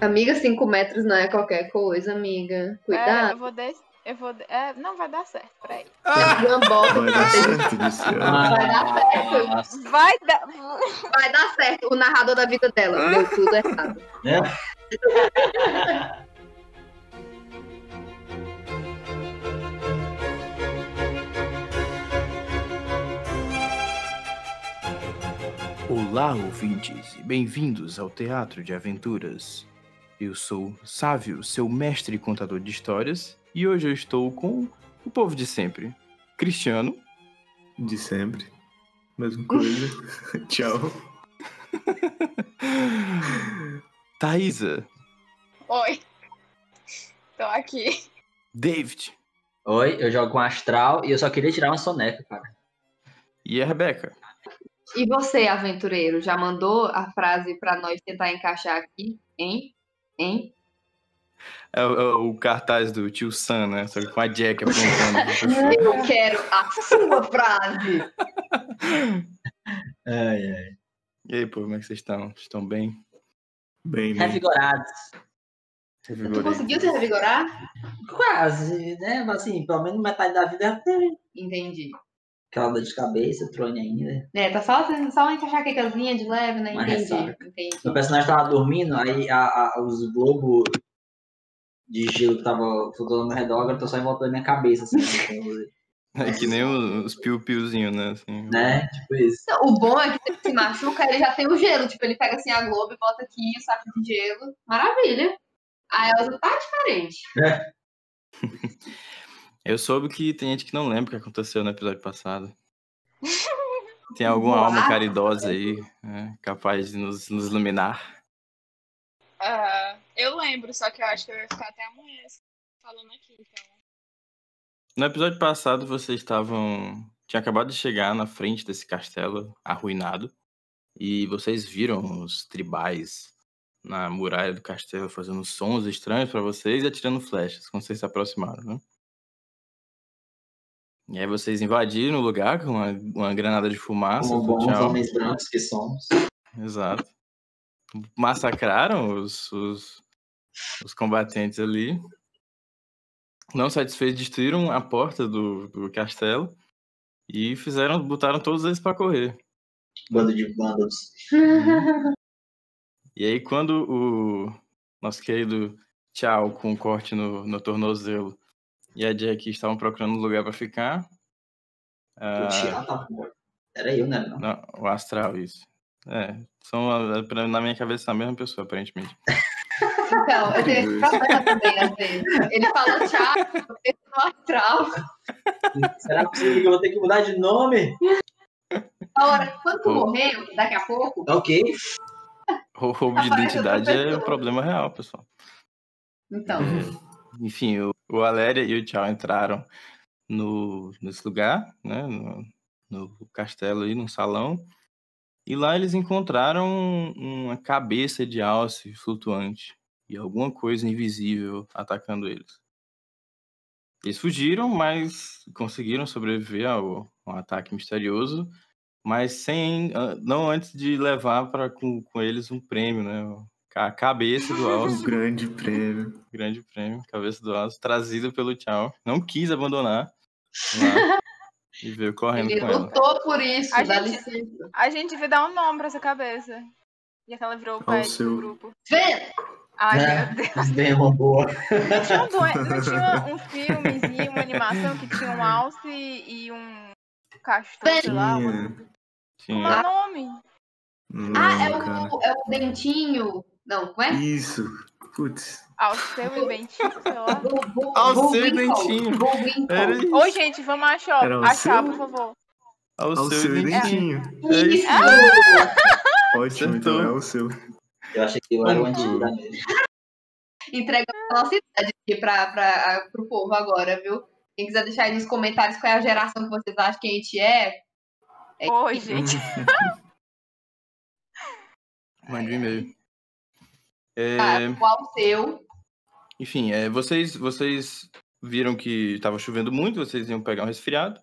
Amiga, 5 metros não é qualquer coisa, amiga. É, eu Cuidado. vou des... eu vou... é, não vai dar certo, peraí. É, uma bola Vai dar que tem- certo, Luciana. Ah. Vai dar certo. Nossa. Vai dar. Vai dar certo. O narrador da vida dela. Deu tudo errado. Olá, ouvintes, e bem-vindos ao Teatro de Aventuras. Eu sou Sávio, seu mestre e contador de histórias, e hoje eu estou com o povo de sempre. Cristiano, De sempre. Mesma coisa. Tchau. Thaisa, Oi. Tô aqui. David Oi, eu jogo com Astral e eu só queria tirar uma soneca, cara. e a Rebeca. E você, aventureiro, já mandou a frase pra nós tentar encaixar aqui? Hein? Hein? É, o- é o cartaz do tio Sam, né? Só que com a Jack apontando. Eu quero a sua frase. Ai, ai. e aí, povo, como é que vocês estão? Estão bem? Bem, bem. Revigorados. Tu conseguiu se revigorar? Quase, né? Assim, pelo menos metade da vida Entendi. aquela dor de cabeça, trone ainda. É, tá só, só encaixar aquelas linhas de leve, né? Uma Entendi. ressaca. Entendi. O personagem tava dormindo, aí a- a- os globos de gelo que tava flutuando ao meu redor, agora eu tô só envolvendo minha cabeça, assim, É que nem os piu-piuzinho, né? Assim, né? Tipo isso. Não, O bom é que se ele se machuca, ele já tem o gelo. Tipo, ele pega assim a Globo e bota aqui o saco de gelo. Maravilha. A Elsa tá diferente. Eu soube que tem gente que não lembra o que aconteceu no episódio passado. Tem alguma Boa. alma caridosa aí né, capaz de nos, nos iluminar? Ah, eu lembro, só que eu acho que eu ia ficar até amanhã falando aqui, então. No episódio passado, vocês estavam. Tinha acabado de chegar na frente desse castelo arruinado. E vocês viram os tribais na muralha do castelo fazendo sons estranhos pra vocês e atirando flechas quando vocês se aproximaram, né? E aí vocês invadiram o lugar com uma, uma granada de fumaça. Como com bons tchau. homens brancos que somos. Exato. Massacraram os, os, os combatentes ali. Não satisfeitos, destruíram a porta do, do castelo e fizeram, botaram todos eles pra correr. Bando de bandos. E aí quando o nosso querido Tchau com um corte no, no tornozelo e a Jack estavam procurando um lugar pra ficar, O ah, Tiago tá morto. Era eu, né? Não. Não, o astral, isso. É, são, ah, pra- na minha cabeça, a mesma pessoa, aparentemente. Então, eu tenho esse problema também, às vezes. Ele fala tchau, eu no astral. Será possível que eu vou ter que mudar de nome? Na hora, quando tu Pô. morrer, daqui a pouco, Ok. Rou- Roubo de Aparece outra identidade é um pessoa. problema real, pessoal. então. Enfim, o, o Aléria e o Tchau entraram no, nesse lugar, né? No, no castelo aí, num salão. E lá eles encontraram uma cabeça de alce flutuante e alguma coisa invisível atacando eles. Eles fugiram, mas conseguiram sobreviver ao, ao ataque misterioso, mas sem, ah, não antes de levar para com, com eles um prêmio, né? A cabeça do alce Um grande prêmio. grande prêmio, cabeça do aço, trazida pelo Tchau. Não quis abandonar. lá, e veio correndo Ele com ela. lutou por isso, A dá gente- licença. A gente devia dar um nome pra essa cabeça. E aquela virou o Ao pet seu. do grupo. Vê, Ai, É. meu Deus. Bem, uma boa. Não tinha, um do- não tinha um filmezinho, uma animação que tinha um alce e um cachorro, sei lá. um- Tinha. Sim, Qual é o nome? Não, ah, é cara. o, é o dentinho. Não, como é? Isso. Putz. Alce seu e Bentinho, sei lá. Bu- bu- Ah, o seu Buwinkle, dentinho. Buwinkle. Era isso. Ô, gente, vamos achar, Era o achar seu? por favor. Ao Ao seu, é seu dentinho. dentinho. É Isso. Ótimo, então Acertou. é o seu. Eu achei que eu era o Então, Muito. antigo da mesa. entrega a nossa idade aqui pra, pra, a- pro povo agora, viu? Quem quiser deixar aí nos comentários qual é a geração que vocês acham que a gente é. Ô, gente. Mande um e-mail. É, tá? Qual o seu? enfim, é, vocês, vocês viram que estava chovendo muito, vocês iam pegar um resfriado.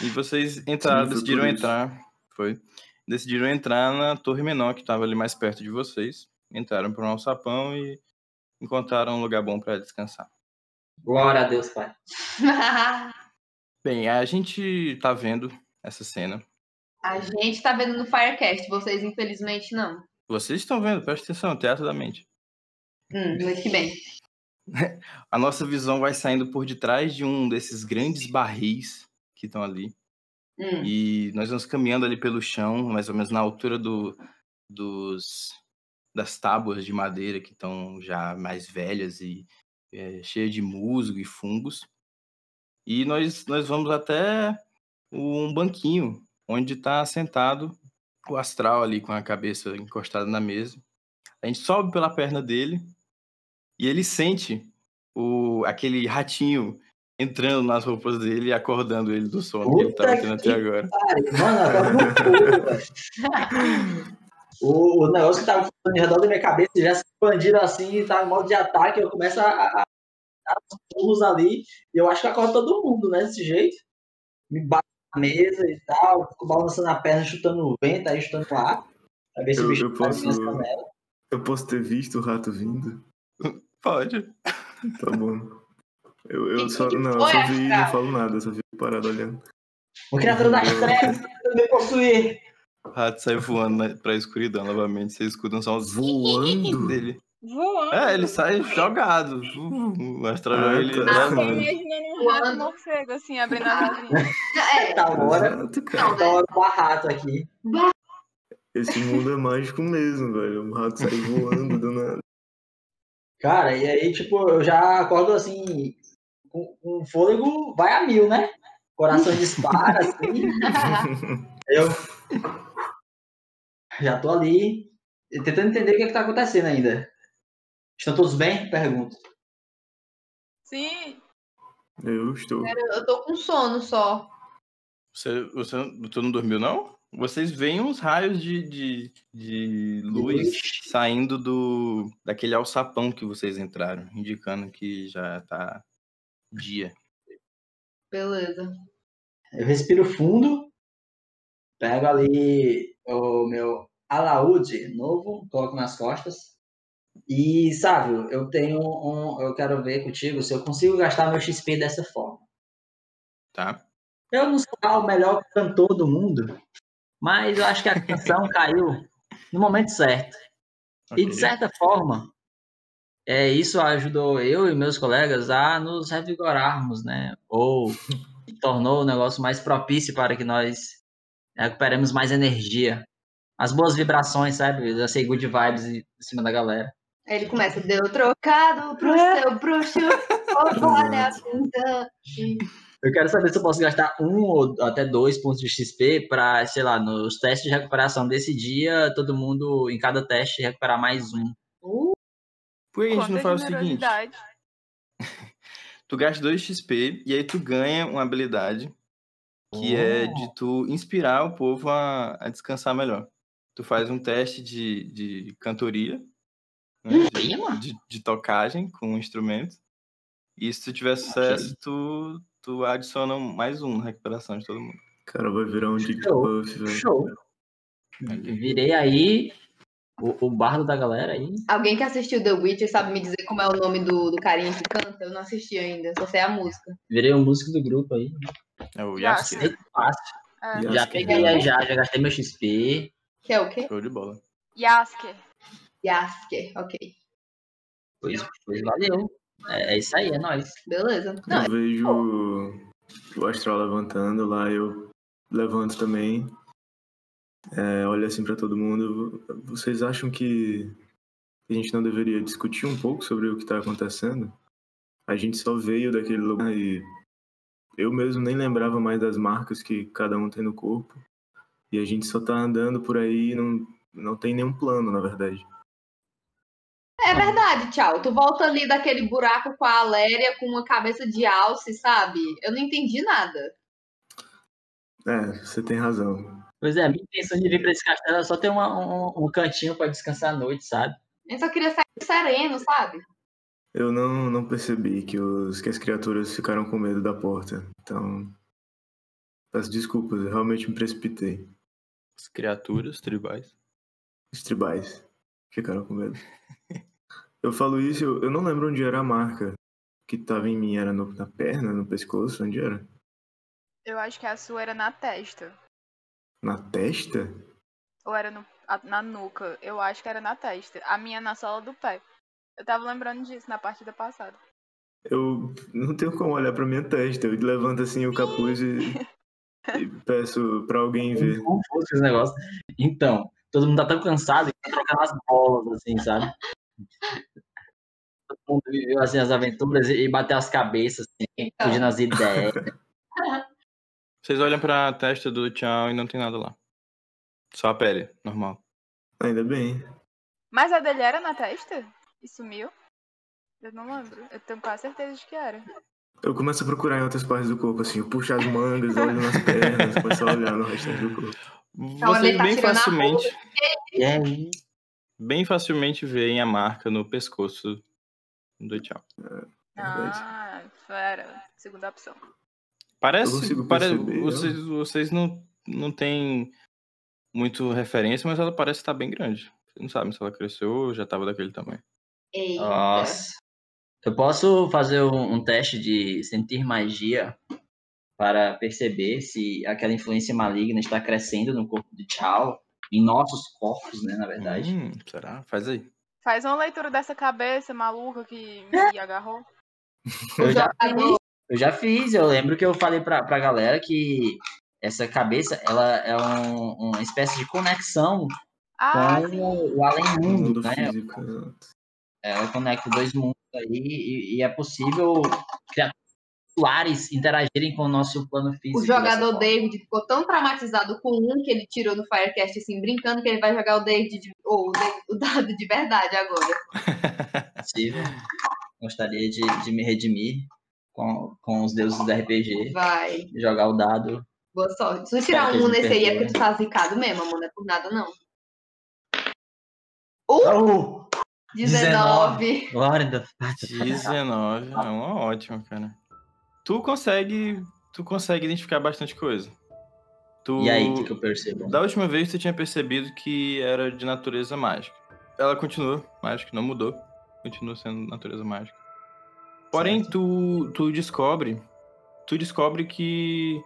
E vocês entraram, Sim, foi por decidiram isso. entrar. Foi. Decidiram entrar na torre menor que estava ali mais perto de vocês. entraram por um alçapão e encontraram um lugar bom para descansar. Glória a Deus, pai. Bem, a gente tá vendo essa cena. A gente tá vendo no Firecast, vocês infelizmente não. Vocês estão vendo, presta atenção, teatro da mente. Hum, muito que bem. A nossa visão vai saindo por detrás de um desses grandes barris que estão ali. Hum. E nós vamos caminhando ali pelo chão, mais ou menos na altura do, dos, das tábuas de madeira que estão já mais velhas e é, cheias de musgo e fungos. E nós, nós vamos até um banquinho, onde está sentado o astral ali com a cabeça encostada na mesa. A gente sobe pela perna dele e ele sente o, aquele ratinho entrando nas roupas dele e acordando ele do sono que ele Puta tava tendo que até agora. pariu, Mano, agora eu tô puto, velho. o, o negócio que tava funcionando em redor da minha cabeça já se expandindo assim, e tá em modo de ataque, eu começo a, a, a dar uns pulos ali, e eu acho que acorda todo mundo, né, desse jeito. Me bate na mesa e tal, fico balançando a perna, chutando o vento, aí chutando o ar, pra ver se o Eu- bicho eu tá posso- nessa janela. Eu posso ter visto o rato vindo? Pode. Tá bom. Eu, eu Que só. que Não, eu foi, só vi e não astral? falo nada, eu só vi parado olhando. O criatura das trevas, tentando me possuir. O rato sai voando na, pra escuridão novamente. Vocês escutam só os Voando? dele. Voando. É, ele sai jogado. Uh, O astral Ah, ele tá. Eu tô levando. imaginando um rato Voando. morcego, assim, abrindo a asinha. É, Tá hora, Exato, cara. não, tá né? hora o barrato aqui. Esse mundo é mágico mesmo, velho. O rato sai voando do nada. Cara, e aí, tipo, eu já acordo assim, com, com o fôlego vai a mil, né? Coração dispara, assim. né? eu já tô ali, tentando entender o que, é que tá acontecendo ainda. Estão todos bem? Pergunto. Sim. Eu estou. eu tô com sono só. Você, você, tu não dormiu, não? Vocês veem uns raios de, de, de luz Luz. saindo do daquele alçapão que vocês entraram, indicando que já tá dia. Beleza. Eu respiro fundo, pego ali o meu alaúde novo, coloco nas costas. E, Sávio, eu tenho um. Eu quero ver contigo se eu consigo gastar meu XP dessa forma. Tá? Eu não sou lá o melhor cantor do mundo, mas eu acho que a canção caiu no momento certo. E Ok. de certa forma, é, isso ajudou eu e meus colegas a nos revigorarmos, né? Ou tornou o negócio mais propício para que nós recuperemos mais energia. As boas vibrações, sabe? Eu sei good vibes em cima da galera. Aí ele começa, deu trocado pro seu bruxo, oh, olha então. a pinta. Eu quero saber se eu posso gastar um ou até dois pontos de XP para, sei lá, nos testes de recuperação desse dia, todo mundo em cada teste recuperar mais um. Uh, Por que a gente Quanta não faz o seguinte? generosidade. Tu gasta 2 XP e aí tu ganha uma habilidade que é Oh. de tu inspirar o povo a, a descansar melhor. Tu faz um teste de, de cantoria, né, Prima? de, de, de tocagem com um instrumento. E se tu tiver sucesso, tu, tu adiciona mais um na recuperação de todo mundo. Cara, vai virar um Dick Show. Puff, velho. Show. Virei aí o, o bardo da galera aí. Alguém que assistiu The Witcher sabe me dizer como é o nome do, do carinha que canta? Eu não assisti ainda, só sei a música. Virei o músico do grupo aí. É o Yasuke. Yasuke. Sei que fácil. É. Yasuke. Já peguei aí, já, já gastei meu XP. Que é o quê? Show de bola. Yasker. Yasuke, ok. Pois, pois valeu. É, é isso aí, é nóis. Beleza. Não, Eu vejo o astral levantando lá, eu levanto também. É, olho assim pra todo mundo. Vocês acham que a gente não deveria discutir um pouco sobre o que tá acontecendo? A gente só veio daquele lugar e eu mesmo nem lembrava mais das marcas que cada um tem no corpo. E a gente só tá andando por aí e não, não tem nenhum plano, na verdade. É verdade, tchau. Tu volta ali daquele buraco com a Aléria com uma cabeça de alce, sabe? Eu não entendi nada. É, você tem razão. Pois é, a minha intenção de vir pra esse castelo é só ter uma- um, um cantinho pra descansar à noite, sabe? Eu só queria sair sereno, sabe? Eu não, não percebi que, os, que as criaturas ficaram com medo da porta. Então. Peço desculpas, eu realmente me precipitei. As criaturas tribais. Os tribais. Ficaram com medo. Eu falo isso, eu, eu não lembro onde era a marca que tava em mim. Era no- na perna, no pescoço? Onde era? Eu acho que a sua era na testa. Na testa? Ou era no- a- na nuca. Eu acho que era na testa. A minha na sola do pé. Eu tava lembrando disso na partida passada. Eu não tenho como olhar pra minha testa. Eu levanto assim o capuz e, e peço pra alguém ver. Confuso esse negócio. Então, todo mundo tá tão cansado que tá trocando as bolas, assim, sabe? Todo mundo viveu assim, as aventuras e e bateu as cabeças, assim, Então. fugindo as ideias. Vocês olham pra testa do Tchau e não tem nada lá. Só a pele, normal. Ainda bem. Mas a dele era na testa? E sumiu? Eu não lembro. Eu tenho quase certeza de que era. É Eu começo a procurar em outras partes do corpo, assim. Eu puxo as mangas, olho nas pernas, começo a olhar no restante do corpo. ele Vocês tá bem tirando a facilmente, E aí? bem facilmente veem a marca no pescoço do Tchau. Verdade. Ah, era a segunda opção. Parece, consigo parece perceber, vocês, vocês não, não têm muito referência, mas ela parece estar bem grande. Vocês não sabem se ela cresceu ou já estava daquele tamanho. Eita. Nossa. Eu posso fazer um, um teste de sentir magia para perceber se aquela influência maligna está crescendo no corpo de Tchau, em nossos corpos, né, na verdade. Hum, será? Faz aí. Faz uma leitura dessa cabeça maluca que me agarrou. Eu já Jogador. Eu já fiz, eu lembro que eu falei pra, pra galera que essa cabeça, ela é um- uma espécie de conexão Ah, com sim. o, o No além-mundo, mundo né? físico. exato. Ela conecta dois mundos aí e, e é possível criaturas solares interagirem com o nosso plano físico. O dessa jogador forma. David ficou tão traumatizado com um que ele tirou do Firecast, assim, brincando que ele vai jogar o David, de- ou o David- o dado de verdade agora. Possível. Gostaria de, de me redimir com, com os deuses do RPG, Vai. jogar o dado. Boa sorte. Se tu tirar Espero que um eles me nesse aí é perdoem. porque tu tá zicado mesmo, amor. Não é por nada, não. Uh, Oh! 19. Glória da 19 é uma ótima, cara. Tu consegue, tu consegue identificar bastante coisa. Tu, E aí, o que, que eu percebo? Da última vez tu tinha percebido que era de natureza mágica. Ela continua mágica, não mudou. Continua sendo natureza mágica. Porém, Certo. tu, tu descobre. Tu descobre que.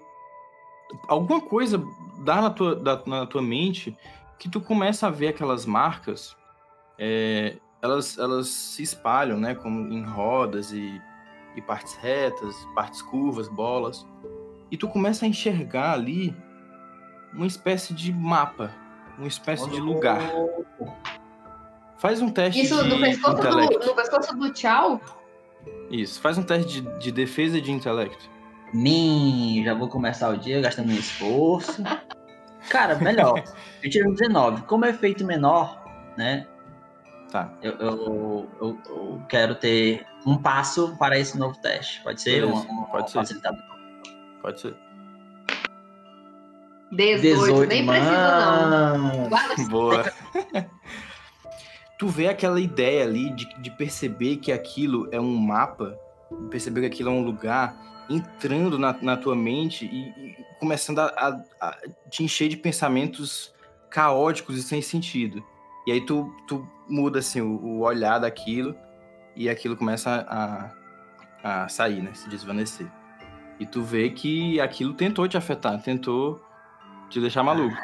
Alguma coisa dá na tua, da- na tua mente que tu começa a ver aquelas marcas. é, elas, elas se espalham, né? Como em rodas e, e partes retas, partes curvas, bolas. E tu começa a enxergar ali uma espécie de mapa, uma espécie de lugar. Faz um teste Isso de no pescoço, intelecto. do, no pescoço do tchau? Isso, faz um teste de, de defesa e de intelecto. Mim, já vou começar o dia gastando meu esforço. Cara, melhor. Eu tirei um 19. Como é efeito menor, né? Tá. Eu, eu, eu- eu quero ter um passo para esse novo teste. Pode ser? Beleza, Um- um- pode um ser. facilitador. Pode ser. 18. Nem precisa, não. mano. Guarda esse Boa. tu vê aquela ideia ali de, de perceber que aquilo é um mapa, perceber que aquilo é um lugar, entrando na, na tua mente e, e começando a, a- a te encher de pensamentos caóticos e sem sentido. E aí tu, tu muda assim, o, o olhar daquilo e aquilo começa a, a sair, né? Se desvanecer. E tu vê que aquilo tentou te afetar, tentou te deixar maluco.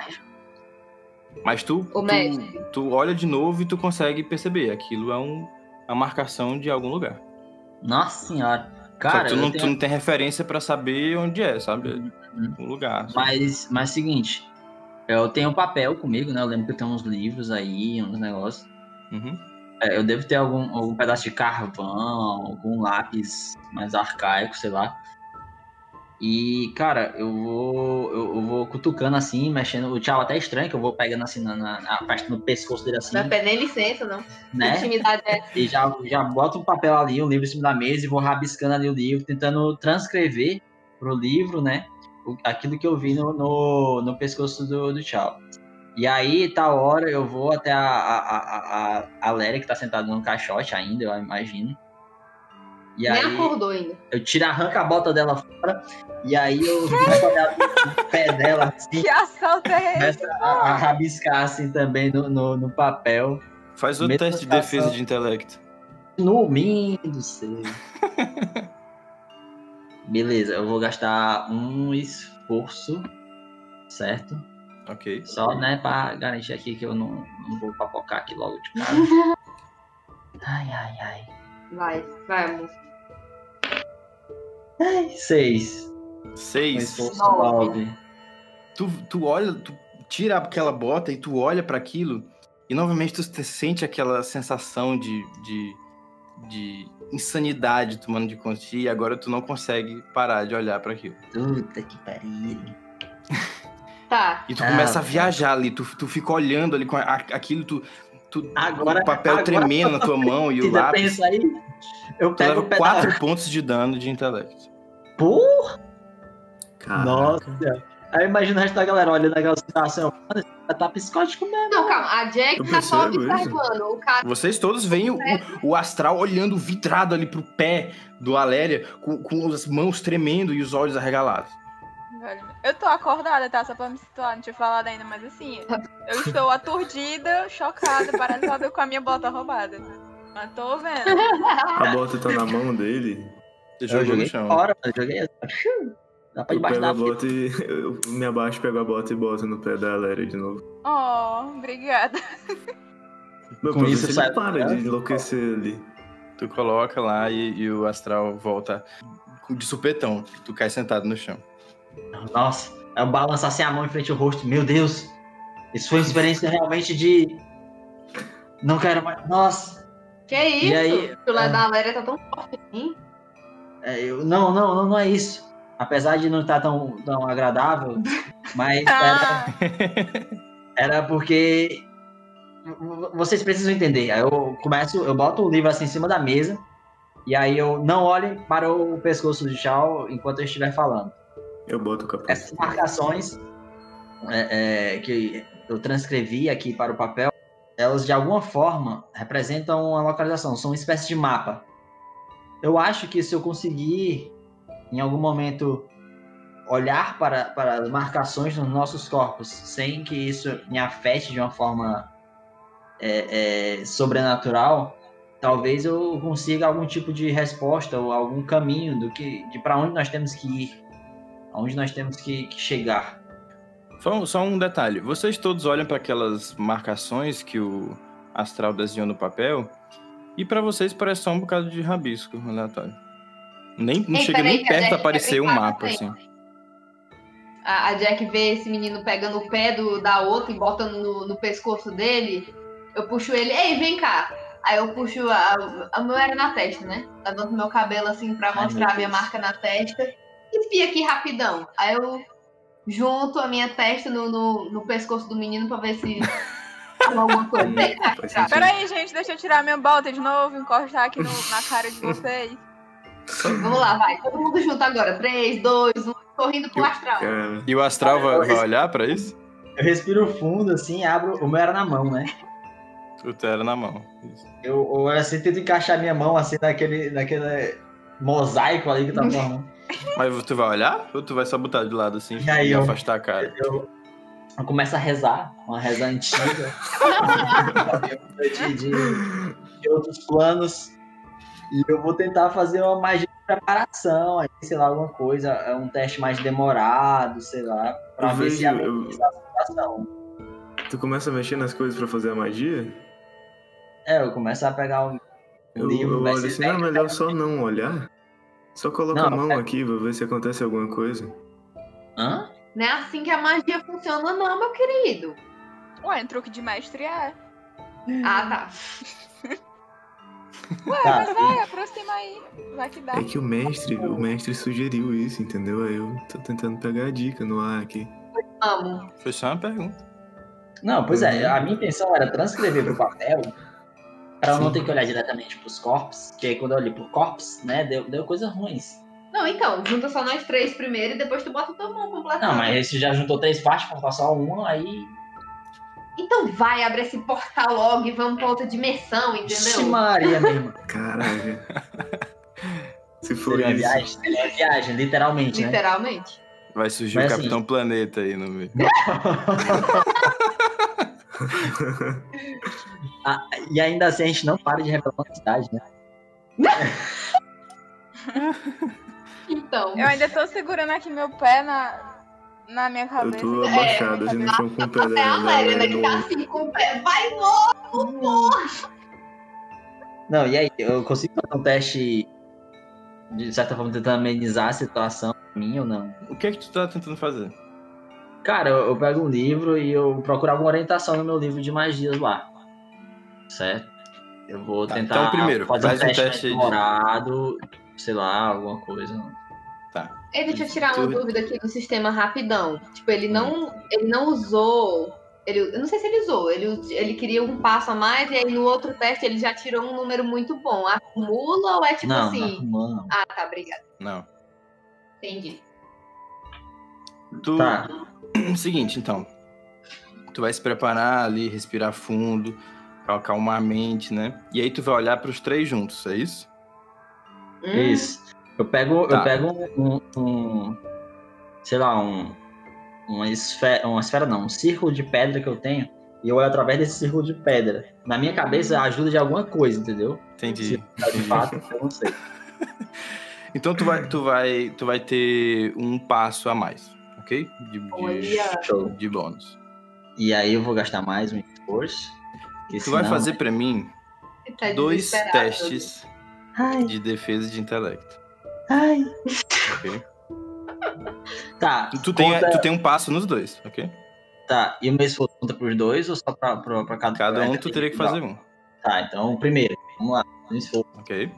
Mas tu, Ô, tu, mestre. tu olha de novo e tu consegue perceber. Aquilo é um, a marcação de algum lugar. Nossa senhora. Só Cara, que tu, não, eu tenho- tu não tem referência pra saber onde é, sabe? Uhum. Um lugar. Mas, mas seguinte. Eu tenho um papel comigo, né? Eu lembro que eu tenho uns livros aí, uns negócios. Uhum. É, eu devo ter algum, algum pedaço de carvão, algum lápis mais arcaico, sei lá. E, cara, eu vou. Eu, eu vou cutucando assim, mexendo. O tchau até é estranho, que eu vou pegando assim na, na, na parte no pescoço dele assim, Não é pé nem licença, não. né? Intimidade é. E já, já boto um papel ali, um livro em cima da mesa, e vou rabiscando ali o livro, tentando transcrever pro livro, né? o- aquilo que eu vi no, no, no pescoço do, do tchau. E aí, tal hora, eu vou até a, a, a, a, a Léria, que tá sentada no caixote ainda, eu imagino. E Nem aí, acordou ainda. eu tiro, arranco a bota dela fora, e aí eu começo a olhar o pé dela, assim, Que assalto é esse? começo a, a rabiscar, assim, também no, no, no papel. Faz outro Mesma teste de situação. defesa de intelecto. No mínimo do céu. Beleza, eu vou gastar um esforço, certo? Ok. Só, né, pra garantir aqui que eu não, não vou papocar aqui logo de cara. ai, ai, ai. Vai, vai, moço. Ai, seis. Um Seis. esforço Nove. nove. Tu, tu olha, tu tira aquela bota e tu olha para aquilo e novamente tu te- sente aquela sensação de, de, de insanidade tomando de conta de ti, e agora tu não consegue parar de olhar para aquilo. Puta que pariu. Tá. E tu Ah, começa a tá. viajar ali, tu, tu fica olhando ali com a- aquilo, tu, tu Agora- o papel agora- tremendo na tua mão e o Ainda lápis. pensa aí? Eu Tu pego um leva o pé quatro pontos de dano de intelecto. da... Pô, Caraca. Nossa. Aí imagina o resto da galera olhando aquela situação. Mano, esse cara tá psicótico mesmo. Não, calma. A Jack Eu tá só percebo isso. observando. O cara Vocês todos veem o, o astral olhando vidrado ali pro pé do Aléria, com, com as mãos tremendo e os olhos arregalados. Velho, Eu tô acordada, tá? Só pra me situar, não tinha falado ainda, mas assim, eu estou aturdida, chocada, paralisada com a minha bota roubada. Mas tô vendo. A bota tá na mão dele. Você Eu jogou no joguei chão. né? fora, mano. Eu joguei assim. Dá pra Eu debaixo pego da a fita. bota e. Eu me abaixo, pego a bota e boto no pé da Léria de novo. Oh, obrigada. Meu, Com pra ver isso se sai- ele para de enlouquecer ali. Tu coloca lá e, e o astral volta de supetão. Tu cai sentado no chão. Nossa, eu balançar assim a mão em frente ao rosto. Meu Deus, isso foi uma experiência realmente de. Não quero mais. Nossa, Que é isso? aí, o lado é. da Valéria tá tão forte assim. é, eu, não, não, não, não é isso. Apesar de não estar tão, tão agradável, mas era, Ah, era porque. v- v- Vocês precisam entender. Aí eu começo, eu boto o livro assim em cima da mesa. E aí eu não olho para o pescoço de Chao enquanto eu estiver falando. Eu boto o capacete. essas marcações é, é, que eu transcrevi aqui para o papel, elas de alguma forma representam a localização, são uma espécie de mapa. Eu acho que se eu conseguir, em algum momento, olhar para, para as marcações nos nossos corpos, sem que isso me afete de uma forma é, é, sobrenatural, talvez eu consiga algum tipo de resposta ou algum caminho do que de para onde nós temos que ir aonde nós temos que, que chegar. Só, um- só um detalhe. Vocês todos olham para aquelas marcações que o astral desenhou no papel e para vocês parece só um bocado de rabisco aleatório. Nem, não Ei, chega peraí, nem que a perto de Jack aparecer um também tá mapa, bem. assim. A, a Jack vê esse menino pegando o pé do, da outra e botando no, no pescoço dele. Eu puxo ele, ei, vem cá. Aí eu puxo a, a meu era na testa, né? Levanto meu cabelo assim pra Ai, mostrar meu a minha Deus. marca na testa. Enfia aqui rapidão. Aí eu junto a minha testa no, no, no pescoço do menino pra ver se falou alguma coisa. Hum, Vem cá, faz cara. sentido. peraí, gente, deixa eu tirar minha bota de novo, encostar aqui no- na cara de vocês. Vamos lá, vai. Todo mundo junto agora. 3, 2, 1, correndo pro Eu- astral. Cara, E o astral vai, Olha, vai olhar para isso? Eu respiro fundo, assim, abro. O meu era na mão, né? O Tera na mão. Isso. Eu, eu assim, tento encaixar minha mão, assim, naquele, naquele mosaico ali que tá formando. Mas tu vai olhar ou tu vai só botar de lado assim E aí, e eu- afastar a cara? Eu, eu começo a rezar, uma reza antiga. de, de- de outros planos. E eu vou tentar fazer uma magia de preparação, aí, sei lá, alguma coisa. É um teste mais demorado, sei lá. Pra Eu ver se vejo, a eu- situação. tu começa a mexer nas coisas pra fazer a magia? É, eu começo a pegar o Eu, livro. eu vai olho ser assim, ah, melhor só não olhar. Só coloca Não, a mão é- aqui, vou ver se acontece alguma coisa. Hã? Não é assim que a magia funciona, não, meu querido. Ué, um truque de mestre é. Ah, tá. Ué, Tá. mas vai, aproxima aí. Vai que dá. É que o mestre, o mestre sugeriu isso, entendeu? Aí eu tô tentando pegar a dica no ar aqui. Amo. Foi só uma pergunta. Não, pois é, a minha intenção era transcrever pro papel pra eu não Sim. ter que olhar diretamente pros corpos, que aí quando eu olhei pro corpos, né, deu, deu assim. coisas ruins. Não, então, junta só nós três primeiro e depois tu bota tua mão completamente. Não, mas isso já juntou três partes, faltar só uma, aí... Então vai, abre esse portal logo e um vamos pra outra dimensão, Vixe entendeu? Maria, meu irmão. Caraca. se for Seria uma é isso. viagem, seria uma viagem, literalmente, né? Literalmente. Vai surgir Mas o assim- né? Capitão Planeta aí no meio. Ah, e ainda assim a gente não para de revelar a cidade, né? Então. Eu ainda tô segurando aqui meu pé na, na minha Eu cabeça. tô É, abaixado, assim, no chão com o pé É a Lélia, né? Que tá dela. assim com o pé. Vai, novo! Hum. Não, e aí, eu consigo fazer um teste de certa forma tentando amenizar a situação minha ou não? O que é que tu tá tentando fazer? Cara, eu, eu pego um livro e eu procuro alguma orientação no meu livro de magias lá. Certo? Eu vou Tá, tentar então primeiro, fazer faz um um teste, teste de- demorado, sei lá, alguma coisa. Ei, deixa eu tirar uma Tu- Hum. dúvida aqui do sistema rapidão. Tipo, ele não, ele não usou. Ele, eu não sei se ele usou, ele, us- ele queria um passo a mais e aí no outro teste ele já tirou um número muito bom. Acumula ou é tipo não, não, assim? acumula, não. Ah, tá, obrigada. Não. Entendi. Tu. Tá, Seguinte, então. Tu vai se preparar ali, respirar fundo, cal- calmar a mente, né? E aí tu vai olhar pros três juntos, é isso? é Hum, isso. Eu pego, Tá. eu pego um, um- sei lá, um, uma esfera, uma esfera não, um círculo de pedra que eu tenho e eu olho através desse círculo de pedra. Na minha Uhum. cabeça ajuda de alguma coisa, entendeu? Entendi. Mas, De fato, eu não sei. Então tu vai, tu vai, tu vai ter um passo a mais, ok? De, de, Olha. Show. de bônus. E aí eu vou gastar mais um esforço. porque Tu vai senão- fazer pra mim tá dois desesperado. testes Ai, de defesa e de intelecto, ai. ok? Tá, Tu tem, conta- tu tem um passo nos dois, ok? tá. E o meu esforço conta pros dois ou só pra, pra, pra cada É, Cada um Ainda tu tem- teria que fazer um, Tá, então o primeiro. Vamos lá. Um esforço. ok?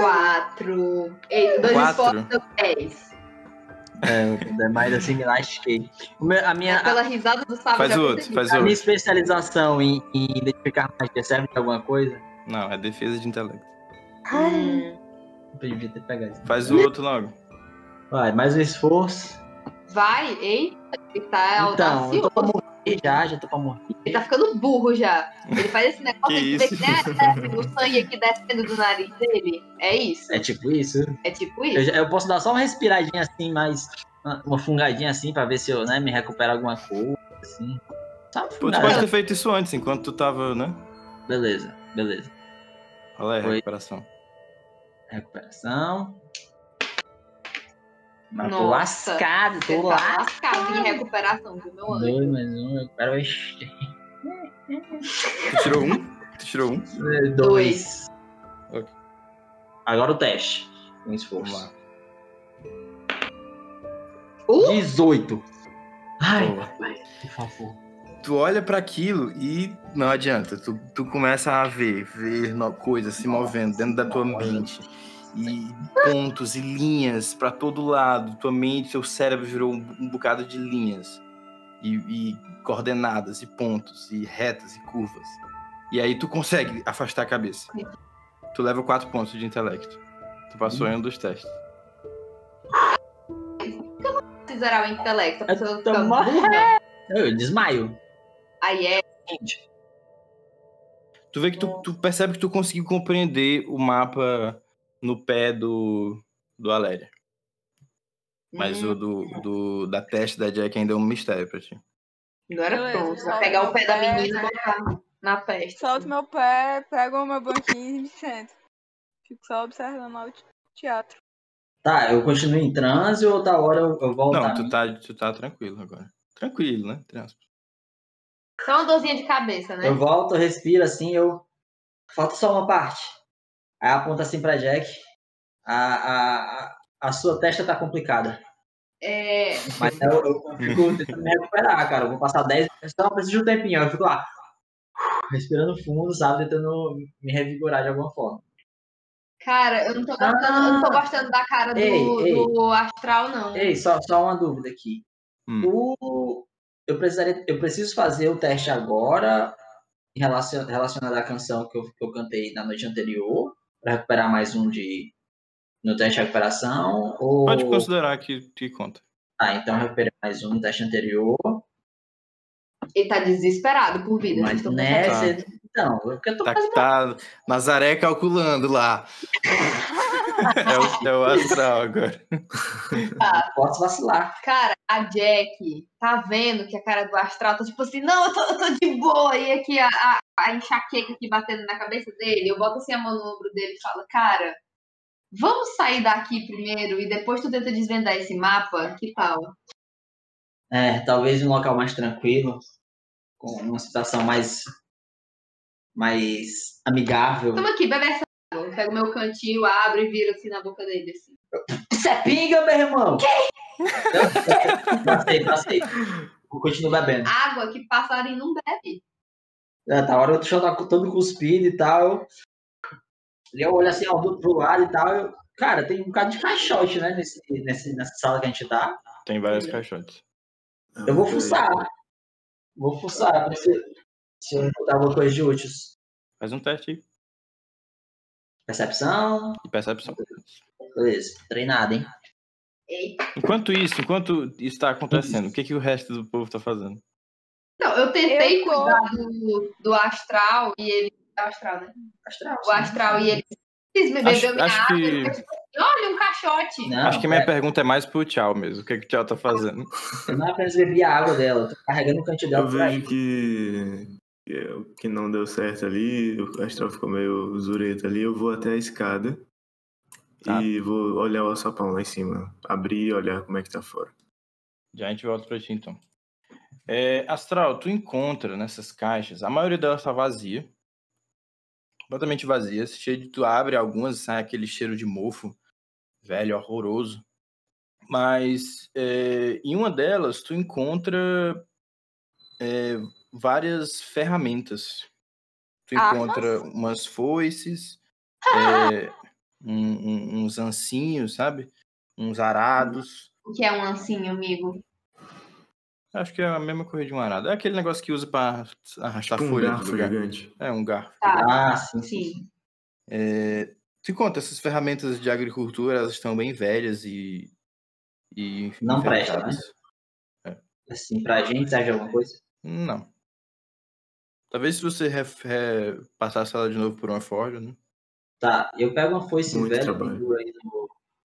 Quatro. Ei, dois Quatro. esforços, deu dez. É, mais assim, me lasquei. O meu- A minha, a, É Pela risada do sábado. é Faz já o outro, percebi. faz a o minha outro. especialização em, em identificar magia serve de alguma coisa? Não, é defesa de intelecto. Hum, Eu devia ter pegado isso. Faz o outro logo. Vai, mais um esforço. vai, ei. Ele tá Então, eu audacioso. tô pra morrer já, já tô pra morrer. Ele tá ficando burro já. Ele faz esse negócio Que de ver isso? que nem a- né, o sangue aqui descendo do nariz dele. É isso. É tipo isso? É tipo Eu, isso. já- eu posso dar só uma respiradinha assim, mais uma- uma fungadinha assim, pra ver se eu né, me recupero alguma coisa, assim. Só uma Pô, tu fungada. pode ter feito isso antes, enquanto tu tava, né? Beleza, beleza. Olha aí, a Foi. recuperação. Recuperação. Mas tô Nossa, lascado, Você tô tá lascado. lascado em recuperação, viu, meu anjo? Dois, mais um, recupero. Ixi, Tu tirou um? Tu tirou um? Dois. Ok. Agora o teste. Um Vamos esforço. lá. Uh! 18. Ai, Boa. papai, por favor. Tu olha pra aquilo e não adianta. Tu, tu começa a ver, ver no- coisas se movendo dentro da tua mente. E pontos e linhas pra todo lado. Tua mente, teu cérebro virou um, um bocado de linhas. E, e coordenadas, e pontos, e retas, e curvas. E aí tu consegue afastar a cabeça. Tu leva quatro pontos de intelecto. Tu passou em um dos testes. Se zerar o intelecto, a Eu pessoa tô fica morrendo. burra. Eu desmaio. Aí é. Gente, Tu vê que tu, tu percebe que tu conseguiu compreender o mapa no pé do, do Aléria. Mas o do, do- da teste da Jack ainda é um mistério pra ti. Não era Beleza, pronto. Vai solta pegar o meu pé da pé. menina e botar na festa. Solto meu pé, pego o meu banquinho e me sento. Fico só observando lá o te- teatro. Tá, eu continuo em transe ou outra hora eu, eu volto? Não, tu tá, tu tá tranquilo agora. Tranquilo, né? Entre aspas. Só uma dorzinha de cabeça, né? Eu volto, eu respiro assim, eu. Falta só uma parte. Aí aponta assim pra Jack. A, a, a, a sua testa tá complicada. É. Mas eu, eu fico tentando me recuperar, cara. Eu vou passar 10. eu Só preciso de um tempinho. Eu fico lá. Respirando fundo, sabe? Tentando me revigorar de alguma forma. Cara, eu não tô gostando, eu não tô gostando da cara do, Ah. Ei, ei. do astral, não. Ei, só, só uma dúvida aqui. Hum. O, eu, precisaria, eu preciso fazer o teste agora em relacion, relacionado à canção que eu, que eu cantei na noite anterior. Pra recuperar mais um de. No teste de recuperação. Ou... Pode considerar que, que conta. Tá, então eu recuperei mais um no teste anterior. Ele tá desesperado por vida. então, tá Mas né? vocês tão nessa. é pensando. Então, porque eu tô Tá, tá Nazaré calculando lá. É o, é o astral agora. Posso vacilar. Cara, a Jack tá vendo que a cara do astral tá tipo assim, não, eu tô, eu tô de boa. E aqui a, a, a enxaqueca aqui batendo na cabeça dele, eu boto assim a mão no ombro dele e falo, cara, vamos sair daqui primeiro e depois tu tenta desvendar esse mapa? Que tal? É, talvez um local mais tranquilo, com uma situação mais mais amigável. Toma aqui, bebe essa água. Eu pego meu cantinho, abro e viro assim na boca dele, assim. Isso é pinga, meu irmão! Que? Passei, passei. Vou continuar bebendo. Água que passarinho não bebe. É, tá hora eu já tá todo cuspido e tal. E eu olho assim ó, do outro lado e tal. eu- Cara, tem um bocado de caixote, né? Nesse, nesse, nessa sala que a gente tá. Tem vários caixotes. Eu vou é. fuçar. Vou fuçar pra ver se, se eu encontrar alguma coisa de útil. Faz um teste aí Percepção. de percepção. Beleza, treinado, hein? Eita. Enquanto isso, enquanto isso tá acontecendo, o que, que o resto do povo tá fazendo? Não, eu tentei Eu tô- cuidar do, do astral e ele. é o Astral, né? Astral. O astral e ele. Vocês me Acho, bebeu minha acho água. que, ele falou assim, Olha, um caixote. Não, acho que minha pergunta é mais pro Tchau mesmo. O que, que o Tchau tá fazendo? eu não é apenas bebi a água dela, eu tô carregando o canto dela Eu pra vejo que que é o que não deu certo ali, o astral ficou meio zureta ali, eu vou até a escada Tá. e vou olhar o alçapão lá em cima. Abrir e olhar como é que tá fora. Já a gente volta pra ti então. É, Astral, tu encontra nessas caixas, a maioria delas tá vazia. Completamente vazia. Cheio de, tu abre algumas e sai aquele cheiro de mofo. Velho, horroroso. Mas é, em uma delas tu encontra é, várias ferramentas. Tu Armas? encontra umas foices, é, um- um- uns ancinhos, sabe? Uns arados. O que é um ancinho, amigo? Acho que é a mesma coisa de um arado. É aquele negócio que usa pra arrastar Tipo um folha Tá do garfo lugar. gigante. É um garfo. Tá, Ah, sim, sim. sim. É... Se conta, essas ferramentas de agricultura, elas estão bem velhas e... e enfim, Não presta, enferrujadas. Assim, pra gente, serve de alguma coisa? Não. Talvez se você re... re- passasse ela de novo por uma forja, né? Tá, eu pego uma foice Muito velha, trabalho. penduro aí no,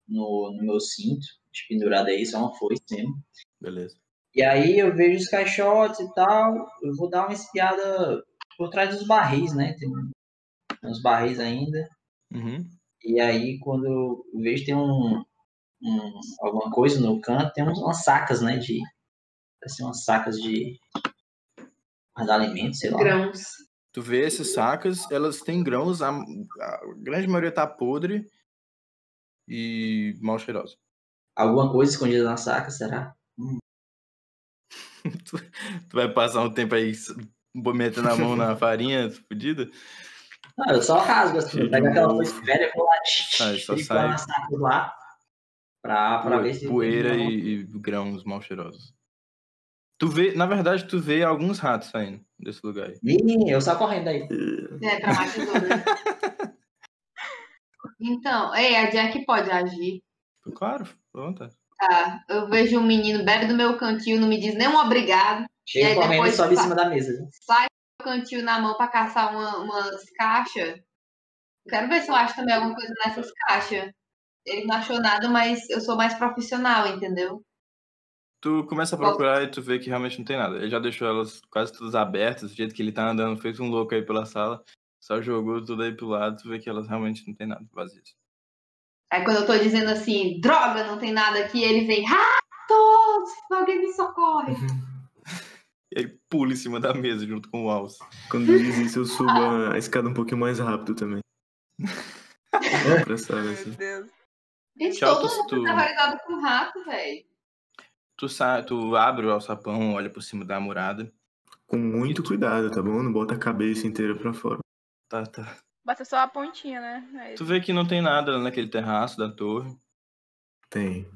no, no meu cinto, pendurada aí, só uma foice mesmo. Beleza. E aí eu vejo os caixotes e tal, eu vou dar uma espiada por trás dos barris, né? Tem uns barris ainda. Uhum. E aí quando eu vejo tem um, um- alguma coisa no canto, tem uns, umas sacas, né? De, assim, umas sacas de, de alimentos, sei lá. Grãos. Tu vê essas sacas, elas têm grãos, a, a grande maioria tá podre e mal cheirosa. Alguma coisa escondida na saca, será? Tu vai passar um tempo aí s- metendo a mão na farinha fodida? Não, eu só rasgo assim, eu Cheio pego de aquela mofo. coisa velha, vou lá, Sai, só tripa sai. na saco lá, pra, pra Poe- ver se. Poeira e, e grãos mal cheirosos. Tu vê, na verdade, tu vê alguns ratos saindo desse lugar aí. Ih, eu saio correndo aí. É, pra mais tesouro, né? Então, ei, a Jack pode agir. Tu, Tipo, Claro, fica à vontade. Tá, eu vejo um menino, bebe do meu cantinho, não me diz nenhum obrigado. E Chega aí correndo e depois sobe em sai. cima da mesa. né? Sai com o cantinho na mão pra caçar uma, umas caixas. Quero ver se eu acho também alguma coisa nessas caixas. Ele não achou nada, mas eu sou mais profissional, entendeu? Tu começa a procurar e tu vê que realmente não tem nada. Ele já deixou elas quase todas abertas, do jeito que ele tá andando, fez um louco aí pela sala, só jogou tudo aí pro lado, tu vê que elas realmente não tem nada vazias. Aí quando eu tô dizendo assim, droga, não tem nada aqui, ele vem, ratos, alguém me socorre. E aí pula em cima da mesa junto com o alce. Quando diz isso, eu subo a- a escada um pouquinho mais rápido também. pra sala, assim. Meu Deus. Gente, Tchau, todo tu- mundo tu- tá paralisado com rato, velho. Tu, sai, tu abre o alçapão, olha por cima da murada. Com muito cuidado, tá bom? Não bota a cabeça inteira pra fora. Tá, tá, Basta só a pontinha, né? Aí- Tu vê que não tem nada lá naquele terraço da torre. Tem.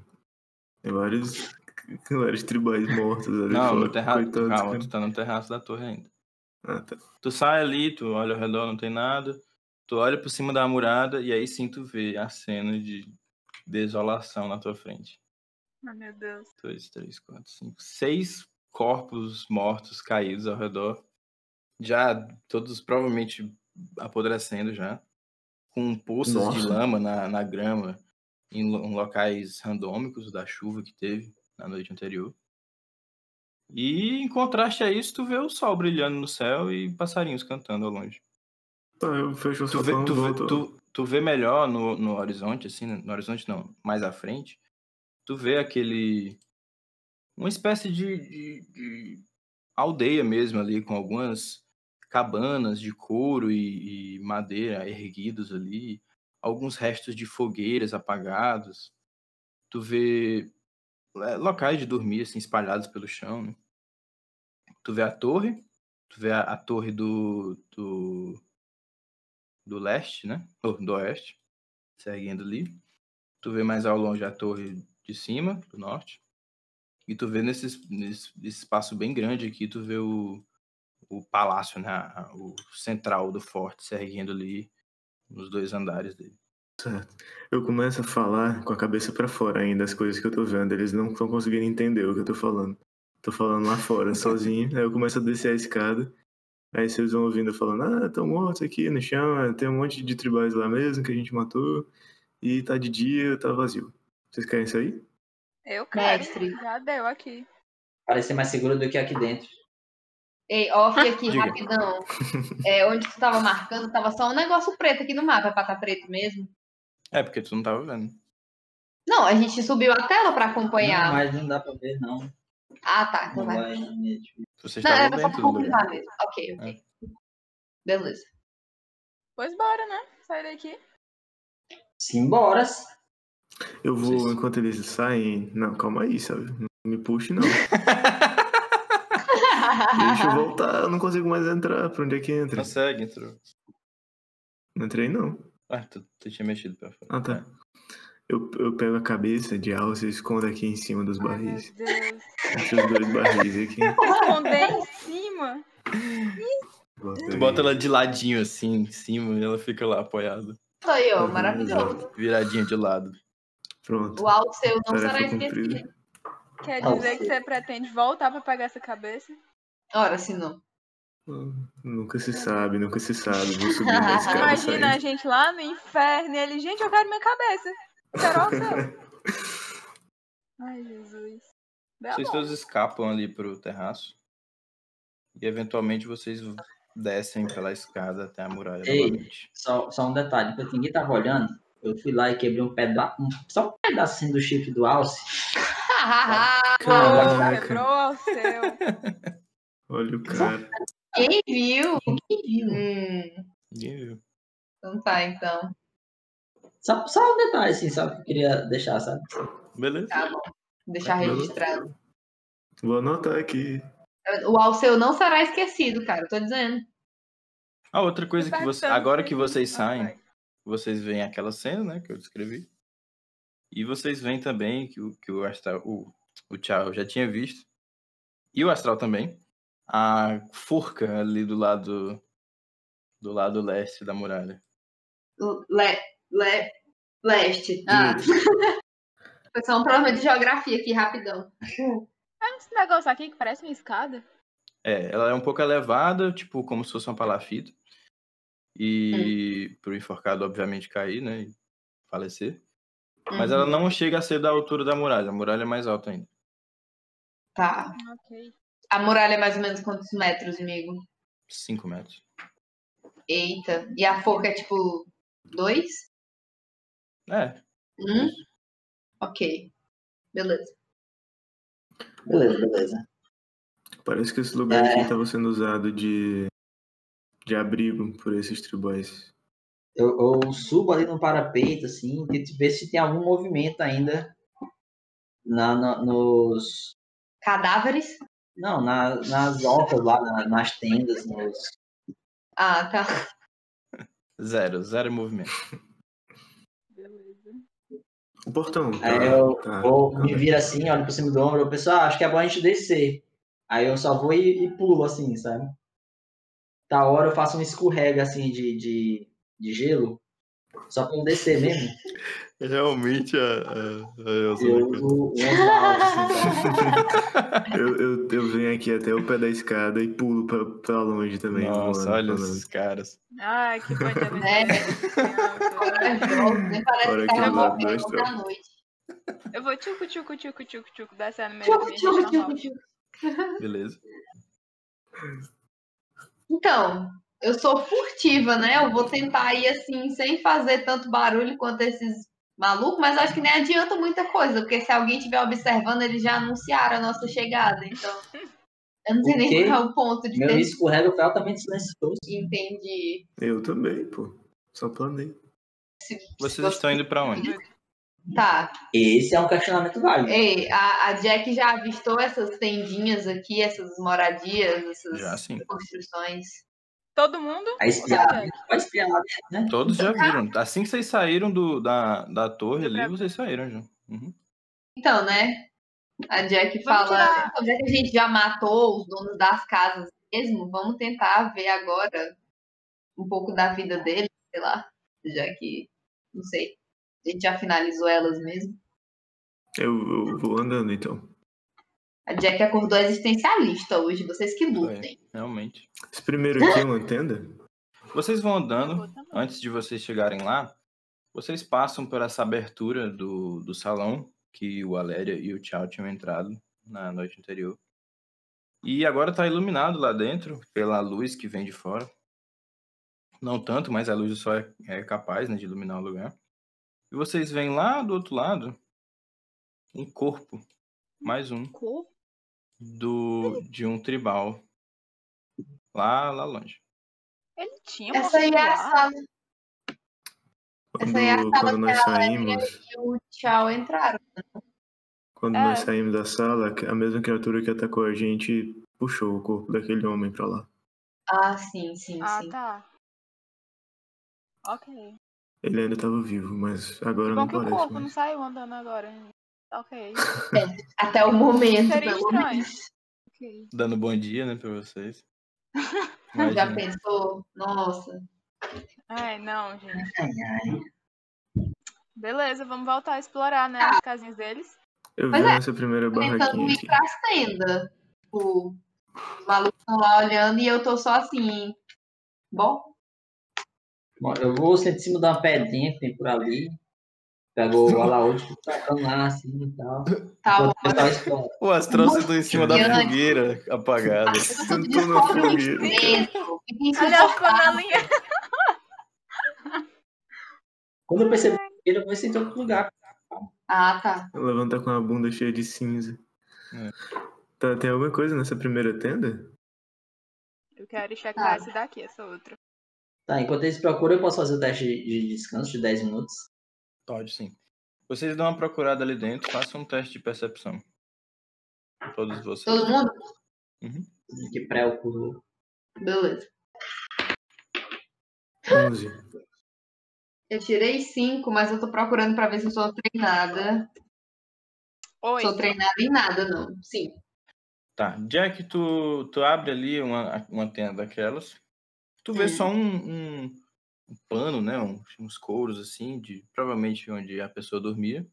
Tem vários, vários tribais mortos ali Não, fora. no terraço. Coitados, Calma, cara. tu tá no terraço da torre ainda. Ah, tá. Tu sai ali, tu olha ao redor, não tem nada. Tu olha por cima da murada e aí sim tu vê a cena de desolação na tua frente. Ai, Ah, meu Deus. Dois, três, quatro, cinco, seis corpos mortos caídos ao redor. Já todos provavelmente apodrecendo já. com poças de Nossa. lama na, na grama, em, lo- em locais randômicos da chuva que teve na noite anterior. E em contraste a isso, tu vê o sol brilhando no céu e passarinhos cantando ao longe. Tá, eu fecho o Tu vê, sapão, tu, vê, volto- tu, tu vê melhor no, no horizonte, assim, né? no horizonte não, mais à frente, tu vê aquele. Uma espécie de, de- de aldeia mesmo ali, com algumas cabanas de couro e, e madeira erguidos ali, alguns restos de fogueiras apagados. Tu vê é, locais de dormir assim, espalhados pelo chão. né? Tu vê a torre, tu vê a, a torre do- do do leste, né? Ou do oeste, seguindo ali. Tu vê mais ao longe a torre de cima, do norte. E tu vê nesse, es- nesse, nesse espaço bem grande aqui, tu vê o, o palácio, né? a- O central do forte se erguendo ali nos dois andares dele. Eu começo a falar com a cabeça pra fora ainda as coisas que eu tô vendo. Eles não estão conseguindo entender o que eu tô falando. Tô falando lá fora, sozinho. Aí eu começo a descer a escada. Aí vocês vão ouvindo eu falando: Ah, tão mortos aqui no chão. ah, Tem um monte de tribais lá mesmo que a gente matou. E tá de dia, tá vazio. Vocês querem sair? Eu quero. Mestre. Já deu aqui. Parecer mais seguro do que aqui dentro. Ei, off aqui, Diga. rapidão. É, onde tu tava marcando, tava só um negócio preto aqui no mapa, é pra tá preto mesmo. É, porque tu não tava vendo. Não, a gente subiu a tela pra acompanhar. Não, mas não dá pra ver, não. Ah, tá. Então Não vai. vai. né, tipo, Vocês Não, era estavam só pra dentro do lugar. É. confirmar mesmo. Ok, ok. Beleza. Pois bora, né? Sai daqui. Simbora. Eu vou, Vocês- enquanto eles saem. Não, calma aí, sabe? Não me puxe, não. Deixa eu voltar, eu não consigo mais entrar. Pra onde é que entra? Consegue, Então entrou. Não entrei, não. Ah, tu, tu tinha mexido pra fora. Ah, É. tá. Eu, eu pego a cabeça de alça e escondo aqui em cima dos Ai, meu barris. Deus. Acho os dois barris aqui. Esconder em cima. Tu bota ela de ladinho assim, em cima, e ela fica lá apoiada, Sou Tá eu, Uhum, maravilhoso. exato. viradinha de lado. Pronto. O alto seu não será Tarefa esquecido. cumprida. Quer Não dizer que sei. você pretende voltar pra pegar essa cabeça? Ora, se não. Hum, Nunca se sabe, nunca se sabe. Vou subir na escada Imagina a saindo. gente lá no inferno e ele, gente, eu quero minha cabeça. Quero o seu. Ai, Jesus. Bela Vocês todos escapam ali pro terraço. E eventualmente vocês descem pela escada até a muralha Ei. novamente. Só, só um detalhe, porque ninguém tava olhando. Eu fui lá e quebrei um pedaço. só um pedacinho do chifre do Alce. boa, Caraca. né? quebrou ao seu. Olha o cara. Quem viu? Quem viu? Hum, Ninguém viu. então tá, então. Só, só um detalhe, assim, só que eu queria deixar, sabe? Beleza. Vou deixar registrado. Vou anotar aqui. O Alceu não será esquecido, cara, eu tô dizendo. Ah, outra coisa que você. Bastante. Agora que vocês Ah, saem, vai. vocês veem aquela cena, né? Que eu descrevi. E vocês veem também que o, que o Astral. O, o Tchau já tinha visto. E o Astral também. A forca ali do lado. Do lado leste da muralha. Le, le, leste. Ah, foi só um problema de geografia aqui, rapidão. É esse negócio aqui que parece uma escada. É, ela é um pouco elevada, tipo, como se fosse uma palafita. E pro enforcado, obviamente, cair, né? E falecer. Hum, Mas ela não chega a ser da altura da muralha. A muralha é mais alta ainda. Tá. Ok. A muralha é mais ou menos quantos metros, amigo? 5 metros. Eita. E a forca é tipo dois? É. Um? Ok. Beleza. Beleza, beleza. Parece que esse lugar É. aqui estava sendo usado de, de abrigo por esses tribais. Eu, eu subo ali no parapeito, assim, tento ver se tem algum movimento ainda na, na- nos. Cadáveres? Não, na- nas hortas lá, na- nas tendas, nos. Ah, tá. Zero. Zero movimento. Beleza. O portão. Tá, Aí eu tá, vou, tá. me viro assim, olho por cima do ombro, o pessoal, ah, acho que é bom a gente descer. Aí eu só vou e, e pulo, assim, sabe? Da hora eu faço um escorrega, assim, de, de, de gelo. Só pra eu descer mesmo. Realmente a, a, a Eu Elsa. uso um balde, assim, Eu, eu, eu venho aqui até o pé da escada e pulo pra, pra longe também. Nossa, voando, olha voando. esses caras. Ai, que coisa linda. Corajoso, nem parece Fora que que tá os morrendo dois toda noite. né? É. Eu vou tchucu, tchucu, tchucu, tchucu, tchucu, descendo meio Tchuc, tchuc, ambiente normal. tchuc, tchuc. Beleza. Então, eu sou furtiva, né? Eu vou tentar ir assim, sem fazer tanto barulho quanto esses malucos, mas acho que nem adianta muita coisa, porque se alguém estiver observando, eles já anunciaram a nossa chegada, então. Eu não sei O nem quê? qual é o ponto de Meu ter escorrega foi altamente silencioso. entendi. Eu também, pô. Só planei. Se, Vocês estão indo pra onde? Tá. Esse é um questionamento válido. Ei, a, a Jack já avistou essas tendinhas aqui, essas moradias, essas Já sim. construções. Todo mundo? Tá A espiada, a né? espiada. Todos já viram. Assim que vocês saíram do, da, da torre ali, pra- vocês saíram já. Uhum. Então, né? A Jack Vamos fala, tirar. já que a gente já matou os donos das casas mesmo, vamos tentar ver agora um pouco da vida deles, sei lá, já que, não sei, a gente já finalizou elas mesmo. Eu, eu vou andando então. A Jack acordou existencialista hoje, vocês que lutem. Realmente. Esse primeiro aqui é uma tenda? Vocês vão andando. Eu vou também. antes de vocês chegarem lá, vocês passam por essa abertura do, do salão que o Aléria e o Tchau tinham entrado na noite anterior. E agora tá iluminado lá dentro pela luz que vem de fora. Não tanto, mas a luz do sol é, é capaz né, de iluminar o lugar. E vocês veem lá do outro lado um corpo, mais um, Corpo? do de um tribal lá lá longe. Ele tinha Essa aí é a popular? sala Quando, aí é a sala quando nós né? saímos, que o Tchau entraram. quando É. nós saímos da sala, a mesma criatura que atacou a gente puxou o corpo daquele homem pra lá. Ah, sim, sim, Ah, sim. tá. Ok. Ele ainda tava vivo, mas agora Bom não que o parece corpo não mais. saiu andando agora. Ok. Até é o momento, Seria pelo menos. estranho. Ok. dando bom dia, né, pra vocês. Já Imagina. pensou? Nossa. Ai, não, gente. Ai, ai. Beleza, vamos voltar a explorar, né? Ah. As casinhas deles. Eu vi Pois é, né? essa primeira Tentando barraquinha assim. ir aqui. pra tenda. Tipo, os malucos estão lá olhando e eu tô só assim. Bom, Bom, eu vou sentar em cima de uma pedrinha que tem por ali. Pegou o alaúde, fico tacando lá assim e tal. tá bom. Enquanto o pessoal explora. O astral sentou em cima da Grande. fogueira apagada. Eu tô Sentou na descobrindo fogueira. isso. Fica Olha as insuportável. panelinhas. Quando eu percebi ele, eu vou sentir outro lugar. Ah, tá. Levantar com a bunda cheia de cinza. É. Tá, tem alguma coisa nessa primeira tenda? Eu quero checar esse daqui, essa outra. Tá, enquanto eles procuram, eu posso fazer o teste de- de descanso de 10 minutos. Pode sim. Vocês dão uma procurada ali dentro, façam um teste de percepção. Todos vocês. Todo mundo? Que pré-ocorreu. Beleza. 11. Eu tirei cinco, mas eu tô procurando pra ver se eu sou treinada. Oi. Sou treinada em nada, não. Sim. Tá. Jack, tu, tu abre ali uma, uma tenda daquelas. Tu vê Hum. só um, um, um pano, né? um- uns couros assim, de provavelmente onde a pessoa dormia.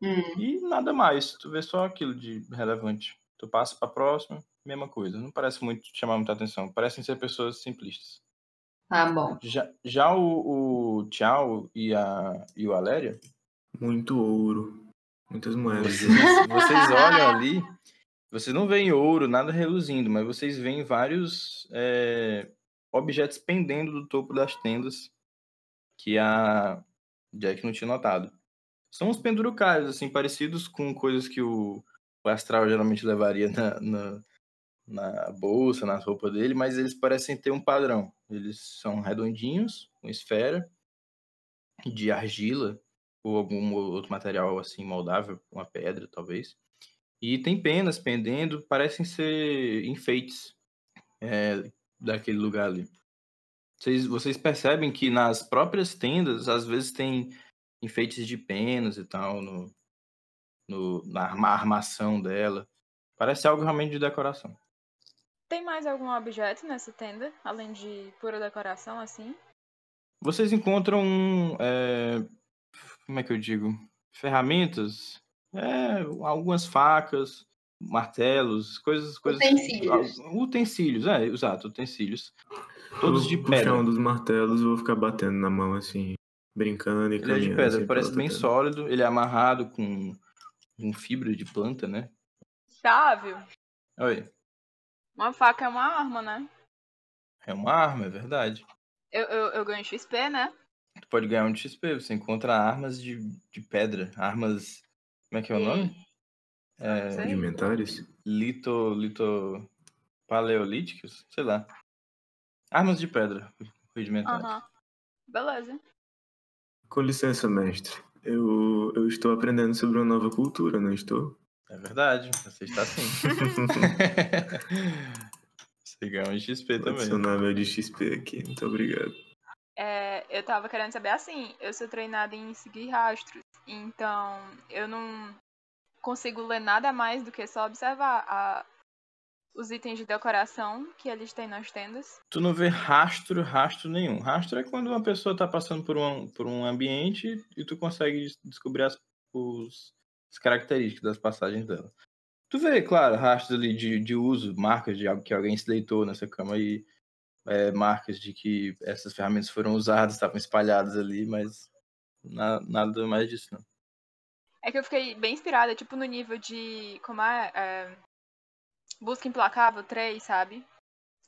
Hum. E nada mais. Tu vê só aquilo de relevante. Tu passa pra próxima, mesma coisa. Não parece muito chamar muita atenção. Parecem ser pessoas simplistas. Tá bom. Já, já o, o Tchau e, a, e o Aléria, Muito ouro. Muitas moedas. vocês, vocês olham ali, vocês não veem ouro, nada reluzindo, mas vocês veem vários é, objetos pendendo do topo das tendas que a Jack não tinha notado. São uns penduricários, assim, parecidos com coisas que o, o astral geralmente levaria na, na, na bolsa, nas roupas dele, mas eles parecem ter um padrão. Eles são redondinhos, com esfera de argila ou algum outro material assim moldável, uma pedra talvez. E tem penas pendendo, parecem ser enfeites é, daquele lugar ali. Vocês, vocês percebem que nas próprias tendas, às vezes tem enfeites de penas e tal no, no- na arma- armação dela. Parece algo realmente de decoração. Tem mais algum objeto nessa tenda? Além de pura decoração, assim? Vocês encontram. é, como é que eu digo? Ferramentas. é, algumas facas, martelos, coisas. coisas tipo Utensílios. Utensílios, é, exato, utensílios. Todos Eu de vou puxar pedra. um dos martelos e vou ficar batendo na mão, assim, brincando e Ele é caminhando. de pedra, assim, parece pela bem tatame. sólido. Ele é amarrado com, com fibra de planta, né? Sábio, Olha, aí, uma faca é uma arma, né? é uma arma, é verdade. Eu, eu, eu ganho XP, né? Tu pode ganhar um de XP, você encontra armas de, de pedra. Armas. Como é que é o nome? não É, sei. Rudimentares? lito. Lito. Paleolíticos? Sei lá. Armas de pedra. Rudimentares. Aham. Beleza. Com licença, mestre. Eu, eu estou aprendendo sobre uma nova cultura, não estou? É verdade, você está assim. você ganha um XP Vou também. adicionar meu de XP aqui, muito obrigado. É, eu tava querendo saber assim, eu sou treinada em seguir rastros, então eu não consigo ler nada mais do que só observar a- os itens de decoração que eles têm nas tendas. tu não vê rastro, rastro nenhum. Rastro é quando uma pessoa tá passando por um, por um ambiente e tu consegue des- descobrir as, os- as características das passagens dela. Tu vê, claro, rastros ali de, de uso, marcas de algo que alguém se deitou nessa cama aí, é, marcas de que essas ferramentas foram usadas, estavam espalhadas ali, mas na- nada mais disso não. É que eu fiquei bem inspirada, tipo no nível de. Como é? é, Busca Implacável 3, sabe?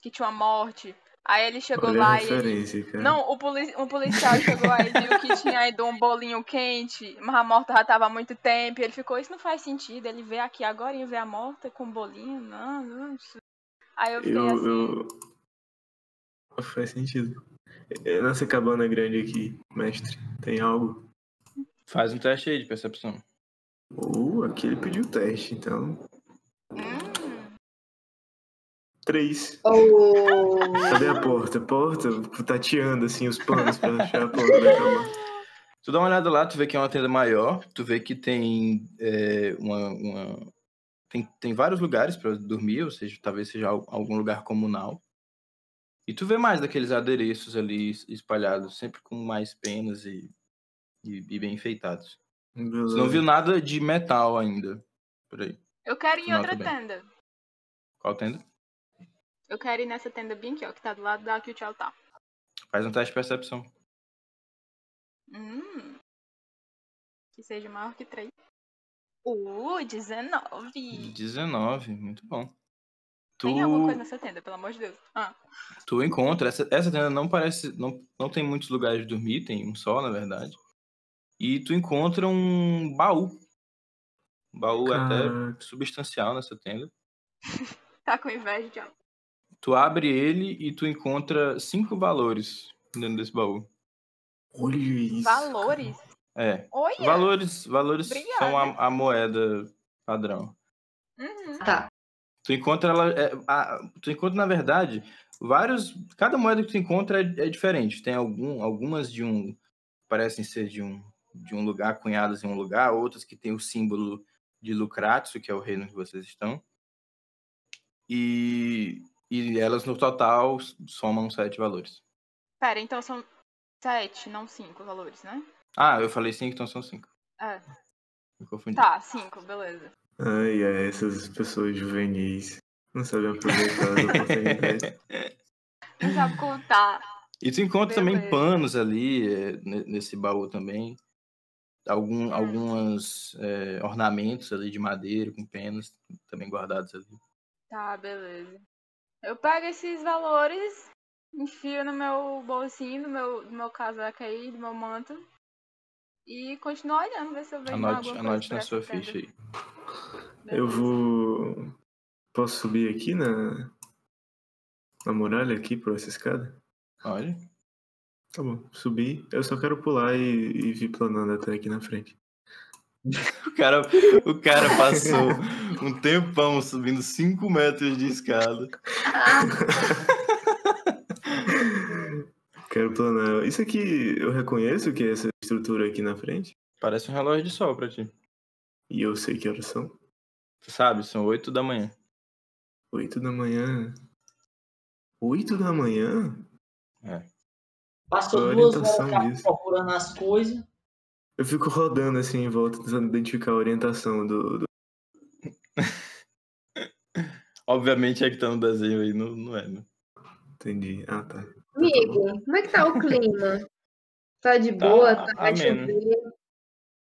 Que tinha uma morte. Aí ele chegou Olha a lá e. ele- referência, cara. Não, o polici- um policial chegou aí e viu que tinha ido um bolinho quente, mas a morta já tava há muito tempo. E ele ficou, isso não faz sentido, ele veio aqui agora e vê a morta com um bolinho, não, não. isso." Aí eu fiquei Eu, assim, eu- Faz sentido. É, Nessa cabana grande aqui, mestre, tem algo? Faz um teste aí de percepção. Uh, aqui ele pediu teste, então. "Hum, Três. Oh. Cadê a porta? Porta, tateando assim os panos pra achar a porta da cabana. Tu dá uma olhada lá, tu vê que é uma tenda maior, tu vê que tem é, uma, uma- Tem, tem vários lugares pra dormir, ou seja, talvez seja al- algum lugar comunal. E tu vê mais daqueles adereços ali es- espalhados, sempre com mais penas e, e, e bem enfeitados. Tu não viu nada de metal ainda. Por aí. eu quero ir em Não, outra tudo bem. tenda. Qual tenda? Eu quero ir nessa tenda bem aqui, ó, que tá do lado da que o Tchau tá. Faz um teste de percepção. Hum, que seja maior que três. Uh, 19. 19, muito bom. Tu... Tem alguma coisa nessa tenda, pelo amor de Deus. Ah, Tu encontra, essa, essa tenda não parece. Não, não tem muitos lugares de dormir, tem um só, na verdade. E tu encontra um baú. Um baú até Caraca. substancial nessa tenda. tá com inveja, Tchau. Tu abre ele e tu encontra cinco valores dentro desse baú. Olha isso. Valores? É. Olha! Valores, valores Obrigada. são a, a moeda padrão. Uhum. Tá. Tu encontra ela. é, a- tu encontra, na verdade, vários. Cada moeda que tu encontra é, é diferente. Tem algum, algumas de um. Parecem ser de um, de um lugar, cunhadas em um lugar, outras que tem o símbolo de Lucratio, que é o reino que vocês estão. E, e elas no total somam sete valores. Pera, então são sete, não cinco valores, né? Ah, eu falei cinco, então são cinco. É. Me confundi. Tá, cinco, beleza. Ai, ai, essas pessoas juvenis não sabem aproveitar as oportunidades. Não sabe contar. E tu encontra também Beleza. panos ali, é, ne- nesse baú também. Ah. Algum, algumas é, ornamentos ali de madeira com penas também guardados ali. Tá, beleza. Eu pego esses valores, enfio no meu bolsinho, no meu, no meu casaco aí, do meu manto. E continuo olhando, ver se eu vejo mais Anote, alguma anote coisa na por sua essa tenda. ficha aí. Beleza. Eu vou. Posso subir aqui na. Na muralha aqui por essa escada? Olha. Tá bom, subi. Eu só quero pular e, e vir planando até aqui na frente. O cara, o cara passou um tempão subindo 5 metros de escada. Quero planar. Isso aqui eu reconheço que é essa estrutura aqui na frente. Parece um relógio de sol pra ti. E eu sei que horas são. Tu sabe, são 8 da manhã. Oito da manhã. Oito da manhã? É. Passou Foi a duas horas orientação cara, disso. procurando as coisas. Eu fico rodando assim em volta, tentando identificar a orientação do. do- Obviamente é que tá no desenho aí, não, não é, né? Entendi. Ah, tá. Amigo, como é que tá o clima? Tá de Tá boa? Tá, vai ameno. chover?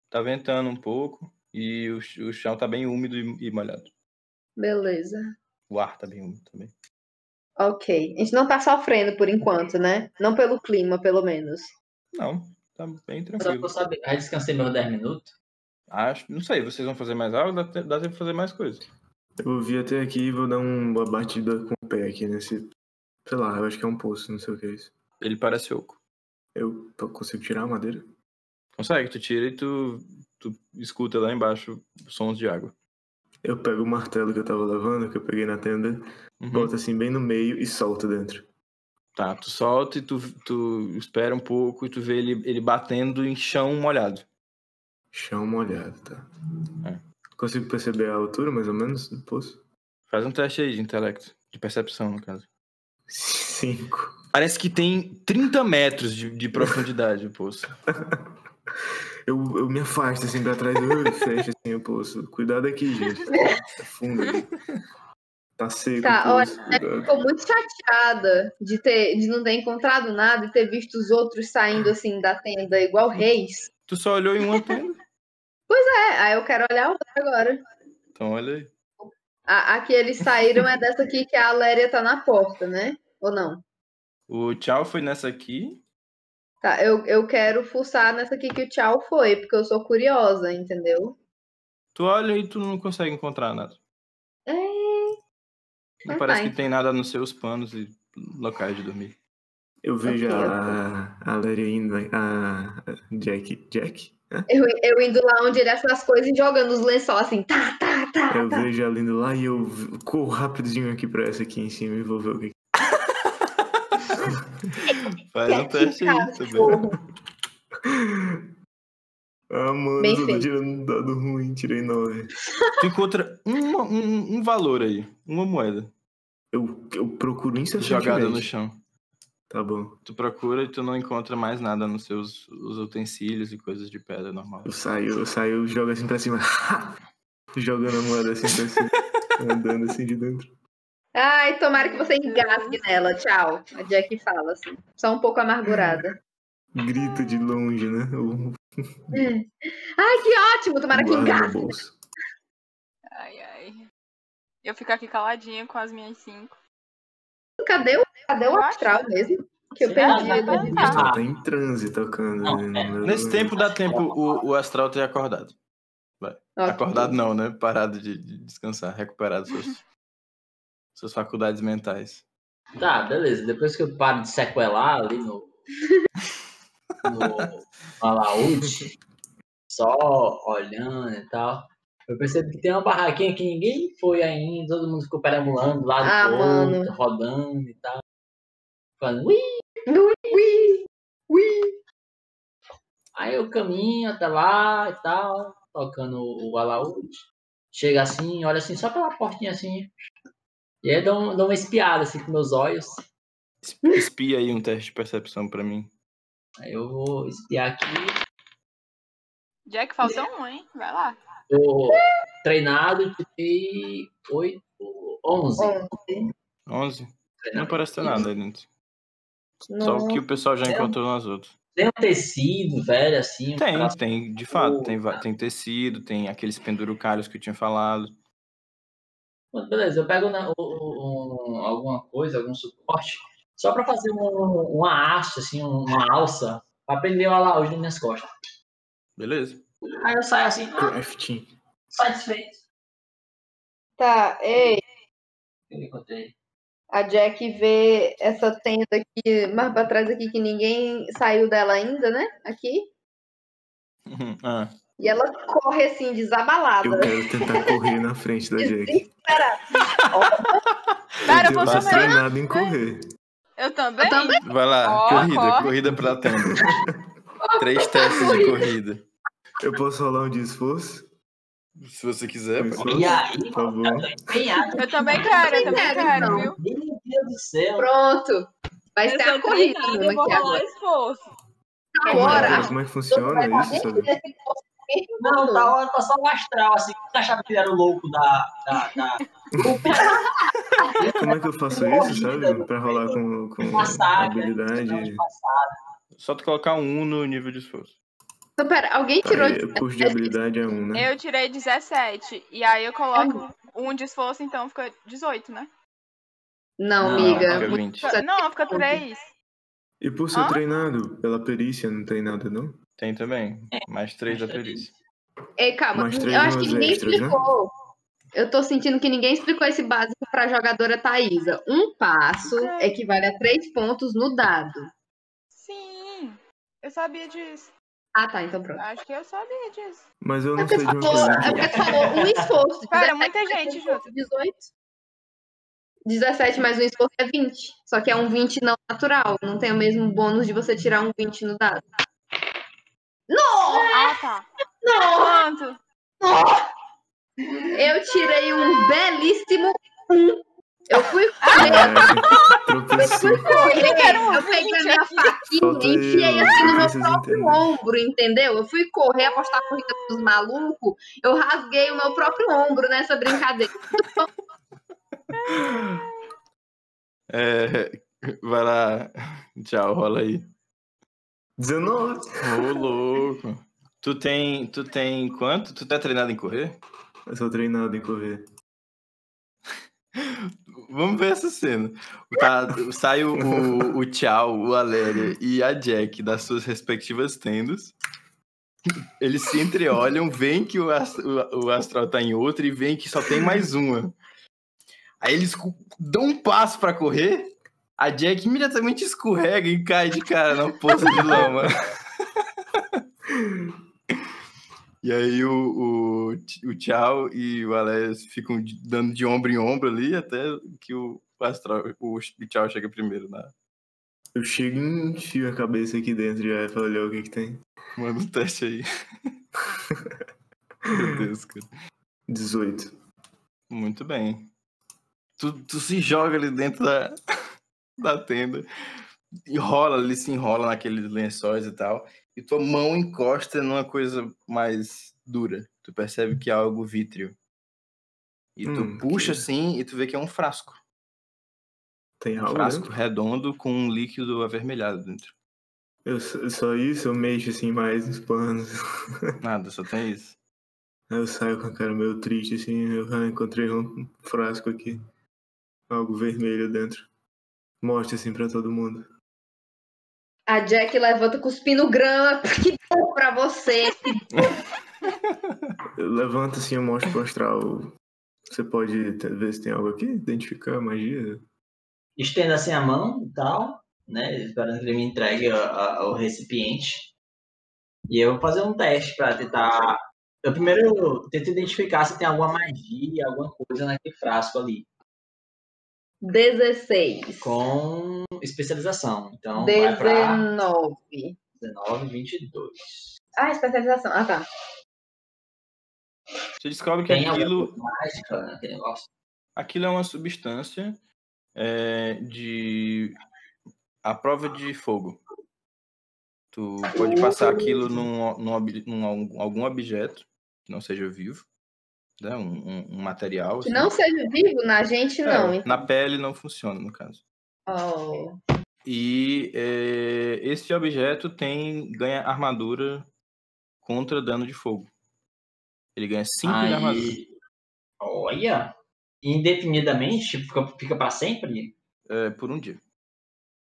Tá ventando um pouco e o, ch- o chão tá bem úmido e, e molhado. Beleza. O ar tá bem úmido também. Ok. A gente não tá sofrendo por enquanto, né? Não pelo clima, pelo menos. Não, tá bem Só pra eu tranquilo. saber. Aí descansei meus 10 minutos. Acho, não sei, vocês vão fazer mais algo? Dá, te- dá tempo de fazer mais coisa. Eu vi até aqui e vou dar um, uma batida com o pé aqui nesse. Sei lá, eu acho que é um poço, não sei o que é isso. Ele parece oco. Eu eu consigo tirar a madeira? Consegue, tu tira e tu, tu escuta lá embaixo sons de água. Eu pego o martelo que eu tava levando, que eu peguei na tenda, Uhum. boto assim bem no meio e solto dentro. Tá, tu solta e tu, tu espera um pouco e tu vê ele, ele batendo em chão molhado. Chão molhado, tá? É. Consigo perceber a altura, mais ou menos, do poço? Faz um teste aí de intelecto, de percepção, no caso. Cinco. Parece que tem 30 metros de, de profundidade o poço. Eu, eu me afasto assim pra trás eu fecho assim o poço. Cuidado aqui, gente. É fundo. ali. Tá seco Tá, o olha, poço. É. cuidado. Ficou muito chateada de, ter, de não ter encontrado nada e ter visto os outros saindo assim da tenda igual reis. Tu só olhou em uma tenda. É, aí eu quero olhar outra agora. Então olha aí. A, a que eles saíram é dessa aqui que a Aléria tá na porta, né? Ou não? O tchau foi nessa aqui. Tá, eu, eu quero fuçar nessa aqui que o tchau foi, porque eu sou curiosa, entendeu? Tu olha e tu não consegue encontrar nada. É, Não Ah, parece vai. que tem nada nos seus panos e locais de dormir. Eu vejo Ok, a, a Larry indo. A Jack. Jack? É. eu, eu indo lá onde ele achou as coisas e jogando os lençóis assim, tá, tá, tá. Eu vejo ela indo lá e eu v- corro rapidinho aqui pra essa aqui em cima e vou ver o que. Faz um teste aí também. Porra. Ah, mano, Bem eu tô feito. tirando um dado ruim, tirei nove. Tu encontra uma- um, um valor aí, uma moeda Eu, eu procuro incessantemente. jogada no chão. Tá bom. Tu procura e tu não encontra mais nada nos seus os utensílios e coisas de pedra normal. Eu saio, eu saio, eu jogo assim pra cima. Jogando a moeda assim pra cima. andando assim de dentro. Ai, tomara que você engasgue nela. Tchau. A Jack fala assim. Só um pouco amargurada. Grita de longe, né? O Ai, que ótimo! Tomara que guarda engasgue. no bolso. Ai, ai. Eu fico aqui caladinha com as minhas cinco. Cadê o, cadê o Eu acho astral mesmo? Que eu Sim, perdi. né? tá ele. bom. Mas ela tá em transe tocando. Não, né? Não- é, Nesse não- tempo dá tempo o, o astral ter acordado. Ok. Acordado não, né? Parado de, de descansar, recuperado suas, suas faculdades mentais. Tá, beleza. Depois que eu paro de sequelar ali no. no Alaúde, só olhando e tal. Eu percebo que tem uma barraquinha que ninguém foi ainda, todo mundo ficou perambulando lá do Ah, outro, mano. rodando e tal. Falando, ui! Ui, ui. Aí eu caminho até lá e tal, tocando o alaúde. Chega assim, olha assim, só pela portinha assim. E aí dou, um- dou uma espiada assim com meus olhos. Es- Espia aí um teste de percepção pra mim. Aí eu vou espiar aqui. Jack, falta um, hein? Vai lá. Tô treinado, tirei 8, 11. Bom, 11? Não parece ter nada aí dentro. Só não- o que o pessoal já É. encontrou nas outras. Tem um tecido, velho, assim. um Tem, braço- tem, de fato. Tem, va- tem tecido, tem aqueles pendurucalhos que eu tinha falado. Mas Beleza, eu pego na- o- o- um- alguma coisa, algum suporte, só pra fazer um- uma haste, assim, uma alça, pra prender o alaúde nas minhas costas. Beleza. Aí eu saio assim, ah, Crafting. satisfeito. Tá, ei. Eu encontrei. A Jack vê essa tenda aqui, mais pra trás aqui, que ninguém saiu dela ainda, né? Aqui. Uhum, ah. E ela corre assim, desabalada. Eu quero tentar correr na frente da Jack. Pera, eu vou eu sou também. treinado em correr. Eu também. também. Vai lá, Ó, corrida, corre. corrida pra tenda. Três testes de corrida. Eu posso rolar um de esforço? Se você quiser, Um pô. esforço? E aí, Tá bom. penhado, Eu também quero, eu também Não. quero, viu? meu Deus do céu. Pronto. Vai Eu ser a sou corrida, treinada, Nuna, eu vou que rolar agora. esforço. Tá Como é- hora. Como é que funciona isso, sabe? Não, tá, ó, tá só o astral, assim. Você achava que ele era o louco da. da, da... Como é que eu faço né? isso, sabe? Pra rolar com, com Passada. né? habilidade. Só tu colocar um 1 no nível de esforço. Então, pera, alguém Tá, tirou. e o custo de habilidade é um, né? Eu tirei 17. E aí eu coloco Hum. um de esforço, então fica 18, né? Não, Não, amiga. Fica muito- 20. Só Não, fica ponto. 3. E por ser Hã? treinado, pela perícia não tem nada, não? Tem também. Mais 3 né? é da perícia. Ei, calma. Mais três Eu acho que nos ninguém extras, né? explicou. Eu tô sentindo que ninguém explicou esse básico pra jogadora Thaísa. Um passo equivale a três pontos no dado. Sim. Eu sabia disso. Ah, tá, então pronto. Acho que eu sabia disso. Mas eu É não porque sei de uma tu falou, é coisa. porque tu falou um esforço. Cara, 17 muita mais um gente, esforço, 18. 17 mais um esforço é 20. Só que é um 20 não natural. Não tem o mesmo bônus de você tirar um 20 no dado. Ah, tá. Não. Quanto? Eu tirei um belíssimo 1. Eu fui É, propulsor. correr, eu peguei a minha Falta faquinha, aí, enfiei ó, assim no meu vocês próprio entendem. ombro, entendeu? Eu fui correr, apostar a corrida dos malucos, eu rasguei o meu próprio ombro nessa brincadeira. É, vai lá. Tchau, rola aí. 19. Ô, louco. Tu tem, tu tem quanto? Tu tá treinado em correr? Eu sou treinado em correr. Vamos ver essa cena. Tá, sai o, o, o Tchau, o Aléria e a Jack das suas respectivas tendas. Eles se entreolham, veem que o, ast- o, o astral tá em outra e veem que só tem mais uma. Aí eles cu- dão um passo pra correr, a Jack imediatamente escorrega e cai de cara na poça de lama. E aí o, o, Ti- o Tchau e o Alex ficam de- dando de ombro em ombro ali até que o Astral, o Tchau chega primeiro, né? Eu chego e enfio a cabeça aqui dentro já pra olhar o que que tem. Manda um teste aí. Meu Deus, cara. 18. Muito bem. Tu, tu se joga ali dentro da, da tenda, enrola ali, se enrola naqueles lençóis e tal, e tua mão encosta numa coisa mais dura. Tu percebe que é algo vítreo. E tu Hum, puxa que- assim e tu vê que é um frasco. Tem Um algo, frasco né? redondo com um líquido avermelhado dentro. Eu, s- só isso, eu mexo assim mais nos panos. Nada, só tem isso. Aí eu saio com a cara meio triste assim. Eu ah, encontrei um frasco aqui. Algo vermelho dentro. Mostra assim pra todo mundo. A Jack levanta cuspindo grama, que bom pra você. Eu levanto assim, eu mostro pro astral. Você pode te- ver se tem algo aqui? Identificar magia? Estendo assim a mão e tal, né? Esperando que ele me entregue a- a- o recipiente. E eu vou fazer um teste pra tentar. Eu primeiro tento identificar se tem alguma magia, alguma coisa naquele frasco ali. 16. Com especialização. Então, vai pra 19. 19, 22. Ah, especialização. Ah, tá. Você descobre que Tem aquilo, alguma mágica naquele negócio? aquilo é uma substância é, de. a prova de fogo. Tu pode passar aquilo num, num ob- num algum- algum objeto que não seja vivo, né? um, um- um material. Que assim. não seja vivo na gente, É, não. na pele não funciona, no caso. Oh. E é, esse objeto tem ganha armadura contra dano de fogo. Ele ganha 5 de armadura. Aí, olha, indefinidamente, fica, fica pra sempre É, por um dia.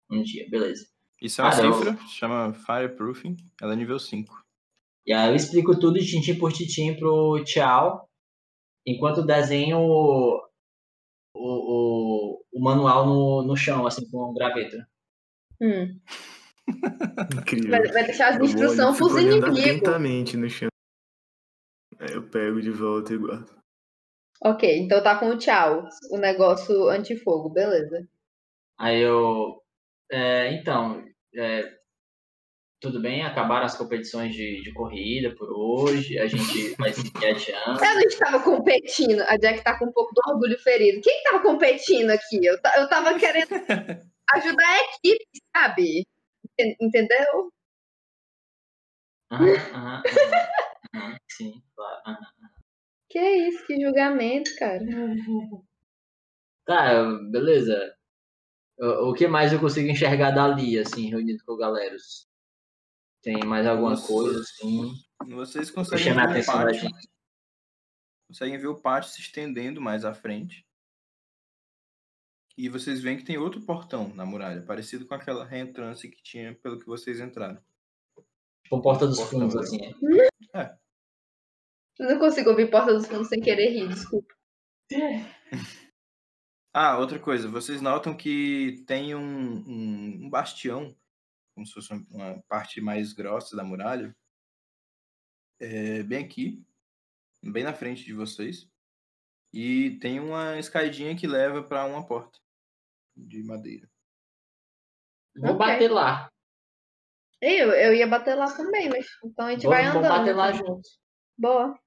um dia, beleza. Isso é uma Ah, não. cifra, se chama Fireproofing, ela é nível 5. E aí eu explico tudo tintim por tintim pro Tchau, enquanto desenho o, o, o manual no, no chão, assim, com graveta. Hum. Incrível. Vai, vai deixar as Eu olho, instruções fico pros olhando inimigos. atentamente no chão. Aí eu pego de volta e guardo. Ok, então tá com o tchau. O negócio antifogo, beleza. Aí eu. é, então, é, tudo bem, acabaram as competições de, de corrida por hoje, a gente vai seguir adiante. Eu não estava competindo. A Jack tá com um pouco de orgulho ferido. Quem tava competindo aqui? Eu, ta- eu tava querendo ajudar a equipe, sabe? Enten- Entendeu? Aham, aham, aham, aham, Sim, claro. aham. Que é isso, que julgamento, cara. Tá, beleza. O, o que mais eu consigo enxergar dali, assim, reunido com o Galeros? Tem mais alguma Nossa. coisa, assim? Vocês conseguem Puxando ver a o atenção da pátio. gente. Conseguem ver o pátio se estendendo mais à frente. E vocês veem que tem outro portão na muralha, parecido com aquela reentrância que tinha pelo que vocês entraram. Tipo, porta dos Porta fundos, mesmo. assim. é. Eu não consigo ouvir Porta dos Fundos sem querer rir, desculpa. É. Ah, outra coisa, vocês notam que tem um, um, um bastião, como se fosse uma parte mais grossa da muralha, é, bem aqui, bem na frente de vocês, e tem uma escadinha que leva para uma porta de madeira. Vou Ok. bater lá. Ei, Eu, eu ia bater lá também, mas então a gente vai Vamos, andando. vamos bater lá junto. Boa.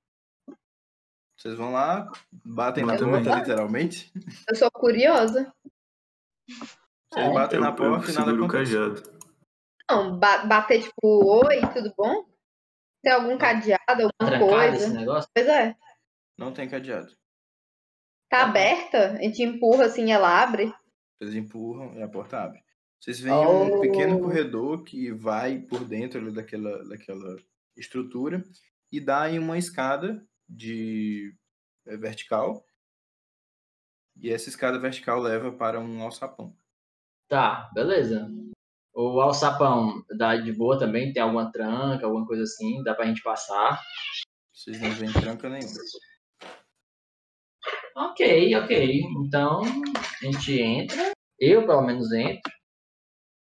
Vocês vão lá, batem na Eu porta, vou- literalmente. Eu sou curiosa. Vocês batem Eu, na eu porta e nada seguro o acontece. cajado. Não, ba- bater tipo, oi, tudo bom? Tem algum cadeado, alguma Trancado esse coisa? negócio? Pois é. Não tem cadeado. Tá aberta? A gente empurra assim, ela abre. Vocês empurram e a porta abre. Vocês veem Oh. um pequeno corredor que vai por dentro ali daquela, daquela estrutura e dá em uma escada de é, vertical. E essa escada vertical leva para um alçapão. Tá, beleza. O alçapão dá de boa também? Tem alguma tranca, alguma coisa assim? Dá pra gente passar? Vocês não veem tranca nenhuma. Ok, ok. Então a gente entra. Eu, pelo menos, entro.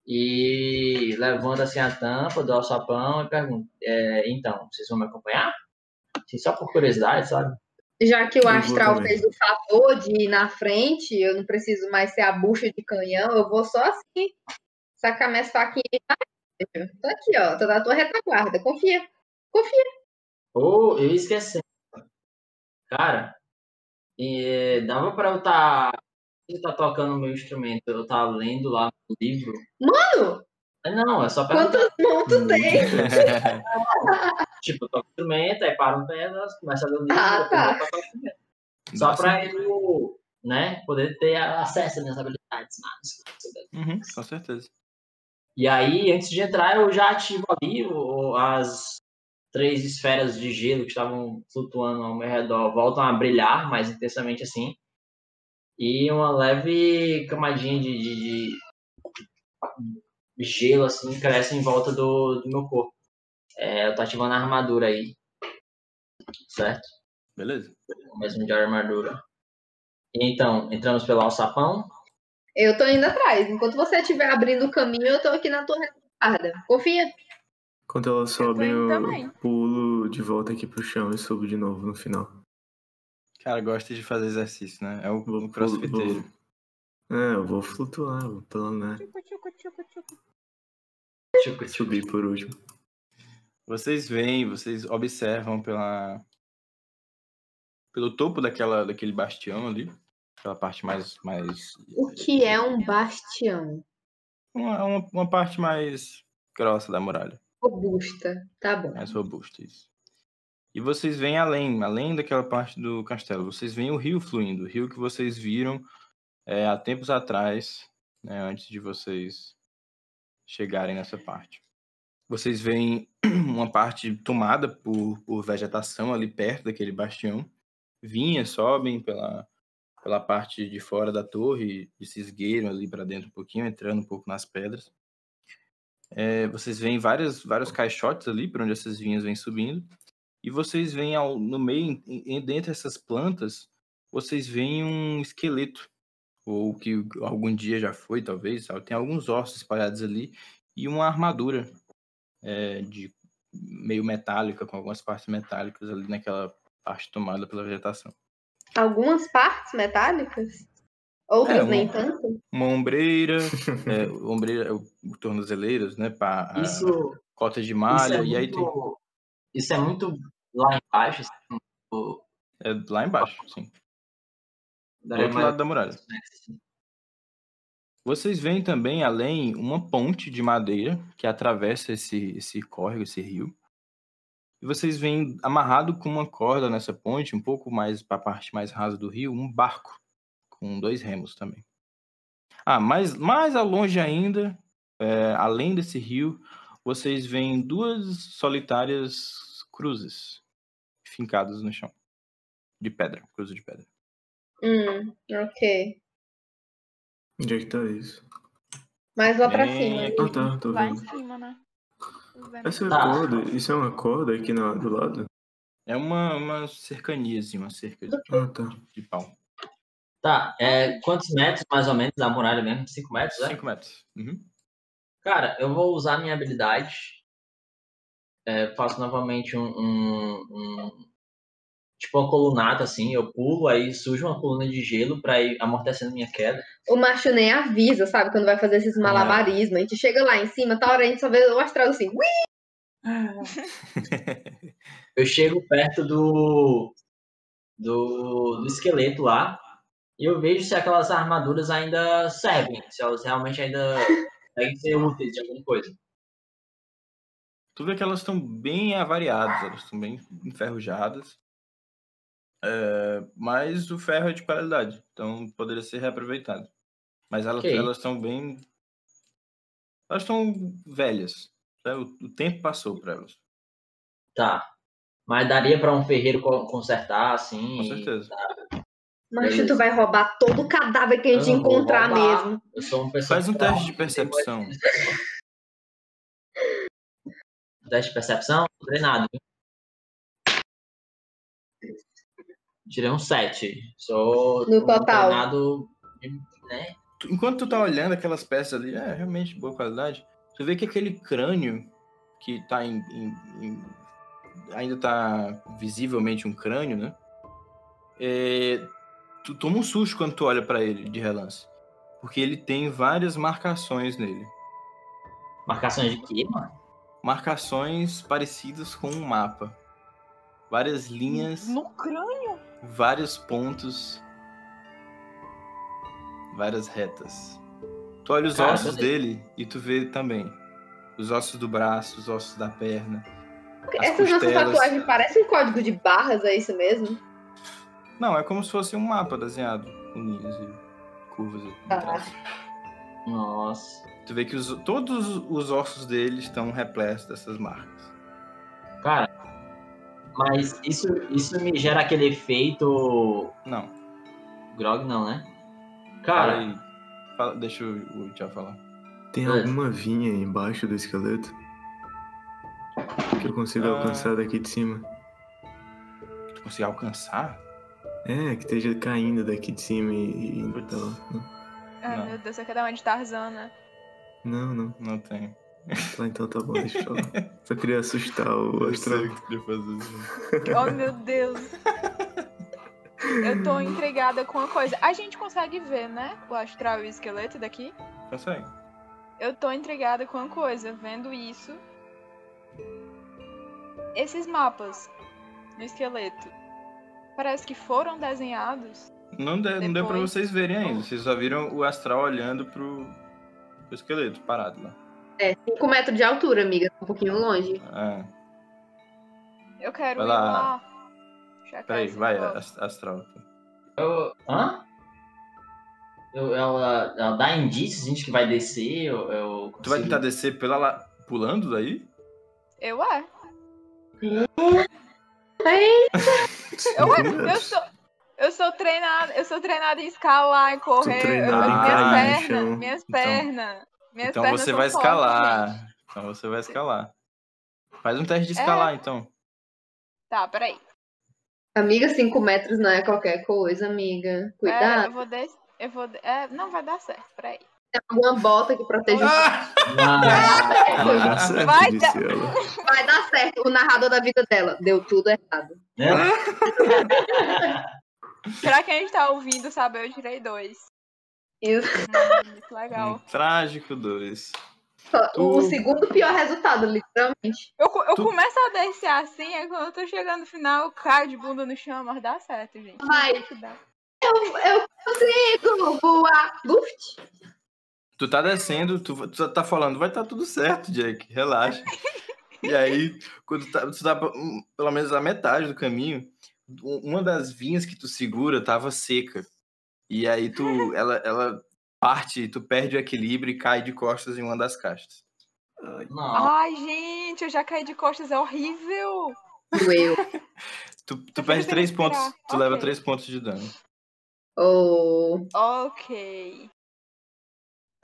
E levanto assim a tampa do alçapão e pergunto: é, Então, vocês vão me acompanhar? Assim, só por curiosidade, sabe? Já que o vou astral também. fez o favor de ir na frente, eu não preciso mais ser a bucha de canhão, eu vou só assim. Sacar minhas faquinhas e vai. Tô aqui, ó. Tô na tua retaguarda. Confia. Confia. Ou eu esqueci. Cara, é, dava pra eu estar. Eu tá tocando meu instrumento, eu tá lendo lá o livro. Mano, Ah, Não, é só pra. quantas mãos tu tem? Tipo, toca instrumento, aí para um pé, nós começa a ler o livro, Ah, depois tá. volta a tocar instrumento. Só pra ele, né, poder ter acesso às minhas habilidades mágicas. Uhum, com certeza. E aí, antes de entrar, eu já ativo ali o- as três esferas de gelo que estavam flutuando ao meu redor, voltam a brilhar mais intensamente assim. E uma leve camadinha de, de- de gelo, assim, cresce em volta do, do meu corpo. É, eu tô ativando a armadura aí, certo? Beleza. o mesmo de armadura. Então, entramos pelo alçapão. Eu tô indo atrás. Enquanto você estiver abrindo o caminho, eu tô aqui na tua retaguarda. Confia. Enquanto elas tô sobem, indo eu também. pulo de volta aqui pro chão e subo de novo no final. Cara, gosta de fazer exercício, né? É o, Vou- o crossfiteiro. vou- é, eu vou flutuar, vou planar, Tchucu, tchucu. subir por último. Vocês veem, vocês observam pela pelo topo daquela daquele bastião ali, aquela parte mais mais O que é um bastião? uma, uma, uma parte mais grossa da muralha, Robusta. Tá bom. mais robusta É isso. E vocês veem além, além daquela parte do castelo, vocês veem o rio fluindo, o rio que vocês viram é, há tempos atrás, né, antes de vocês chegarem nessa parte. Vocês veem uma parte tomada por, por vegetação ali perto daquele bastião. Vinhas sobem pela, pela parte de fora da torre e se esgueiram ali para dentro um pouquinho, entrando um pouco nas pedras. É, vocês veem várias, vários caixotes ali por onde essas vinhas vêm subindo. E vocês veem ao, no meio, em- em- dentre essas plantas, vocês veem um esqueleto. Ou que algum dia já foi, talvez. sabe? Tem alguns ossos espalhados ali e uma armadura é, de meio metálica, com algumas partes metálicas ali naquela parte tomada pela vegetação. Algumas partes metálicas? Outras É, um- nem tanto? Uma ombreira, é, ombreira, o- tornozeleiras, né? Pá, a- Isso, cotas de isso, malha, é e aí tem. muito, isso é muito lá embaixo. Assim, muito- É lá embaixo, sim. Do daria outro mais- lado da muralha. Vocês veem também, além, uma ponte de madeira que atravessa esse, esse córrego, esse rio. E vocês veem amarrado com uma corda nessa ponte, um pouco mais para a parte mais rasa do rio, um barco com dois remos também. Ah, mais, mais a longe ainda, é, além desse rio, vocês veem duas solitárias cruzes fincadas no chão. De pedra, cruz de pedra. Hum, ok. Onde é que tá isso? Mais lá pra É, cima. né? Ah, tá, tô Lá em vendo. cima, né? Vendo. Essa Tá. corda, isso é uma corda aqui na- do lado? É uma, uma cercania, assim, uma cerca de, Ah, tá. de pau. Tá, é, quantos metros mais ou menos da muralha mesmo? 5 metros, é? 5 metros. Uhum. Cara, eu vou usar minha habilidade. É, faço novamente um, um- um- Tipo uma colunata, assim. Eu pulo, aí surge uma coluna de gelo pra ir amortecendo minha queda. O macho nem avisa, sabe? Quando vai fazer É. esses malabarismos. A gente chega lá em cima, tá hora a gente só vê o astral assim. ui! Eu chego perto do. do, do esqueleto lá. E eu vejo se aquelas armaduras ainda servem. Se elas realmente ainda conseguem ser úteis de alguma coisa. Tu vê que elas estão bem avariadas, elas estão bem enferrujadas. É, mas o ferro é de qualidade, então poderia ser reaproveitado. Mas ela- Ok. elas estão bem. Elas estão velhas. né? O, o tempo passou para elas, Tá. Mas daria pra um ferreiro co- consertar, assim. com certeza. Macho, tu vai roubar todo o cadáver que a gente Eu não vou encontrar roubar. mesmo. Eu sou uma pessoa. Faz um que trabalha teste de percepção. Teste de percepção, treinado. viu? Tirei um 7. Sou No um total. treinado. Né? Tu- Enquanto tu tá olhando aquelas peças ali, é realmente boa qualidade. Tu vê que aquele crânio que tá em. em- em- ainda tá visivelmente um crânio, né? É, tu toma um susto quando tu olha pra ele de relance. Porque ele tem várias marcações nele. Marcações de quê, mano? Marcações parecidas com um mapa. Várias linhas, No crânio? vários pontos, várias retas. Tu olha os Cara, ossos beleza. dele e tu vê também. Os ossos do braço, os ossos da perna. As Essas nossas costelas. tatuagens parecem um código de barras, é isso mesmo? Não, é como se fosse um mapa desenhado com linhas e curvas e Tá. traços. Nossa. Tu vê que os- todos os ossos dele estão repletos dessas marcas. Cara, mas isso, isso me gera aquele efeito. Não. Grog, não, né? Fala Cara, aí. Fala- deixa o o Tchau falar. É. Tem Beleza. alguma vinha embaixo do esqueleto? Que eu consigo Ah. alcançar daqui de cima? Tu conseguiu alcançar? É, que esteja caindo daqui de cima e, então. e indo pra lá. Ai, Não. É, meu Deus, você quer dar uma de Tarzan, né? Não, não. Não tem. Tá, então tá bom, deixa eu falar. Só queria assustar o astral. que tu queria fazer isso. Oh, meu Deus. Eu tô intrigada com uma coisa. A gente consegue ver, né? O astral e o esqueleto daqui. Consegue. Eu tô intrigada com uma coisa. Vendo isso. Esses mapas no esqueleto. Parece que foram desenhados. Não, deu- não deu pra Depois- vocês verem ainda. Vocês só viram o astral olhando pro, pro esqueleto parado lá. É, 5 metros de altura, amiga. tá Um pouquinho longe. Ah, Eu quero Vai ir lá. lá. Checar peraí, esse vai, negócio. as- astral. eu. Hã? Eu- ela, ela dá indícios, gente, que vai descer. Eu, eu Tu vai consigo- tentar descer pela lá. pulando daí? Eu é. Eu Cinco é. Eu metros. sou. Eu sou treinada, eu sou treinada em escalar, em correr, eu- em treinada minhas cair no pernas, chão. minhas Então- pernas, minhas então pernas você são vai fortes, escalar. gente. É. então você vai escalar. Faz um teste de escalar, então. Tá, peraí. Amiga, 5 metros não é qualquer coisa, amiga. É, Cuidado. eu vou des... eu vou. de- É, não vai dar certo, peraí. Tem alguma bota que proteja o Ah! Ah, Vai dar certo, Vai disse ela. Vai dar certo. O narrador da vida dela. Deu tudo errado. né? Será que a gente tá ouvindo, sabe? Eu tirei dois. Isso. Hum, muito legal. Um trágico 2. O, o segundo pior resultado, literalmente. Eu, co- eu Tu- começo a descer assim, aí quando eu tô chegando no final, eu caio de bunda no chão, mas dá certo, gente. Vai. Dá. Eu, eu consigo voar. Luft. Tu tá descendo, tu, tu tá falando, vai estar tá tudo certo, Jack, relaxa. E aí, quando tu tá, tu tá hum, pelo menos a metade do caminho, uma das vinhas que tu segura tava seca. E aí tu, ela, ela parte, tu perde o equilíbrio e cai de costas em uma das castas. Não. Ai, gente, eu já caí de costas, é horrível. Doeu. Tu, tu Eu perde tentei três respirar. pontos, tu Ok. leva três pontos de dano. Oh. Ok.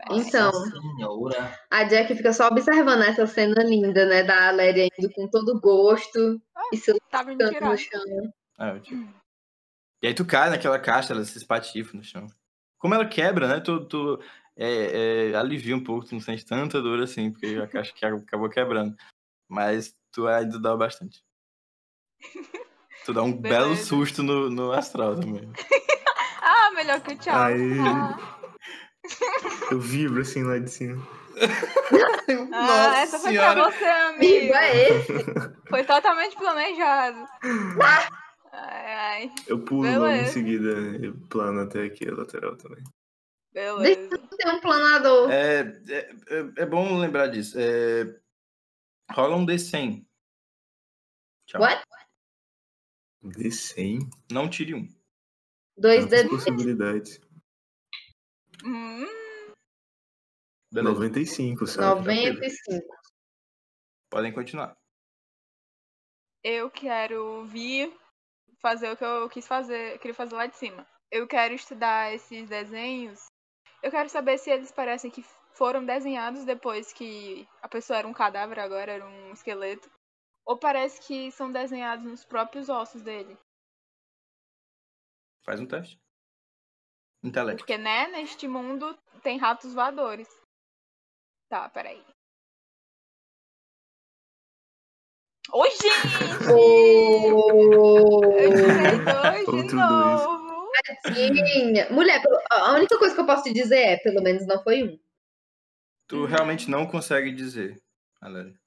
Então, Senhora. a Jack fica só observando essa cena linda, né? Da Aléria indo com todo gosto e se Tava Tá me lascando no tirando. chão. Ah, eu digo. Hum. E aí tu cai naquela caixa, ela se espatifa no chão. Como ela quebra, né? Tu, tu é, é, alivia um pouco, tu não sente tanta dor assim, porque a caixa que acabou quebrando. Mas tu ainda dá bastante. Tu dá um belo Beleza. susto no, no astral também. Ah, melhor que o tchau. Aí. Ah, Eu vibro assim lá de cima. ah, essa foi pra você, amigo. Amigo, é esse? Foi totalmente planejado. Ai, ai, Eu pulo logo em Beleza. seguida eu plano até aqui a lateral também. beleza. Tem um planador. É, é, é, é bom lembrar disso. É, rola um D100. Tchau. What? De 100? Não tire um. Dois Tantas dedos. possibilidades. Hum, Beleza. 95, sabe? 95. Podem continuar. eu quero vir fazer o que eu quis fazer, queria fazer lá de cima. Eu quero estudar esses desenhos. Eu quero saber se eles parecem que foram desenhados depois que a pessoa era um cadáver, agora era um esqueleto. Ou parece que são desenhados nos próprios ossos dele. Faz um teste. Intelecto. Porque, né, neste mundo tem ratos voadores. Tá, peraí. Ô, gente! Eu tirei dois de Outro dois. novo. Tadinha. Mulher, pelo- a única coisa que eu posso te dizer é, pelo menos não foi um. Tu realmente não consegue dizer, Aléria.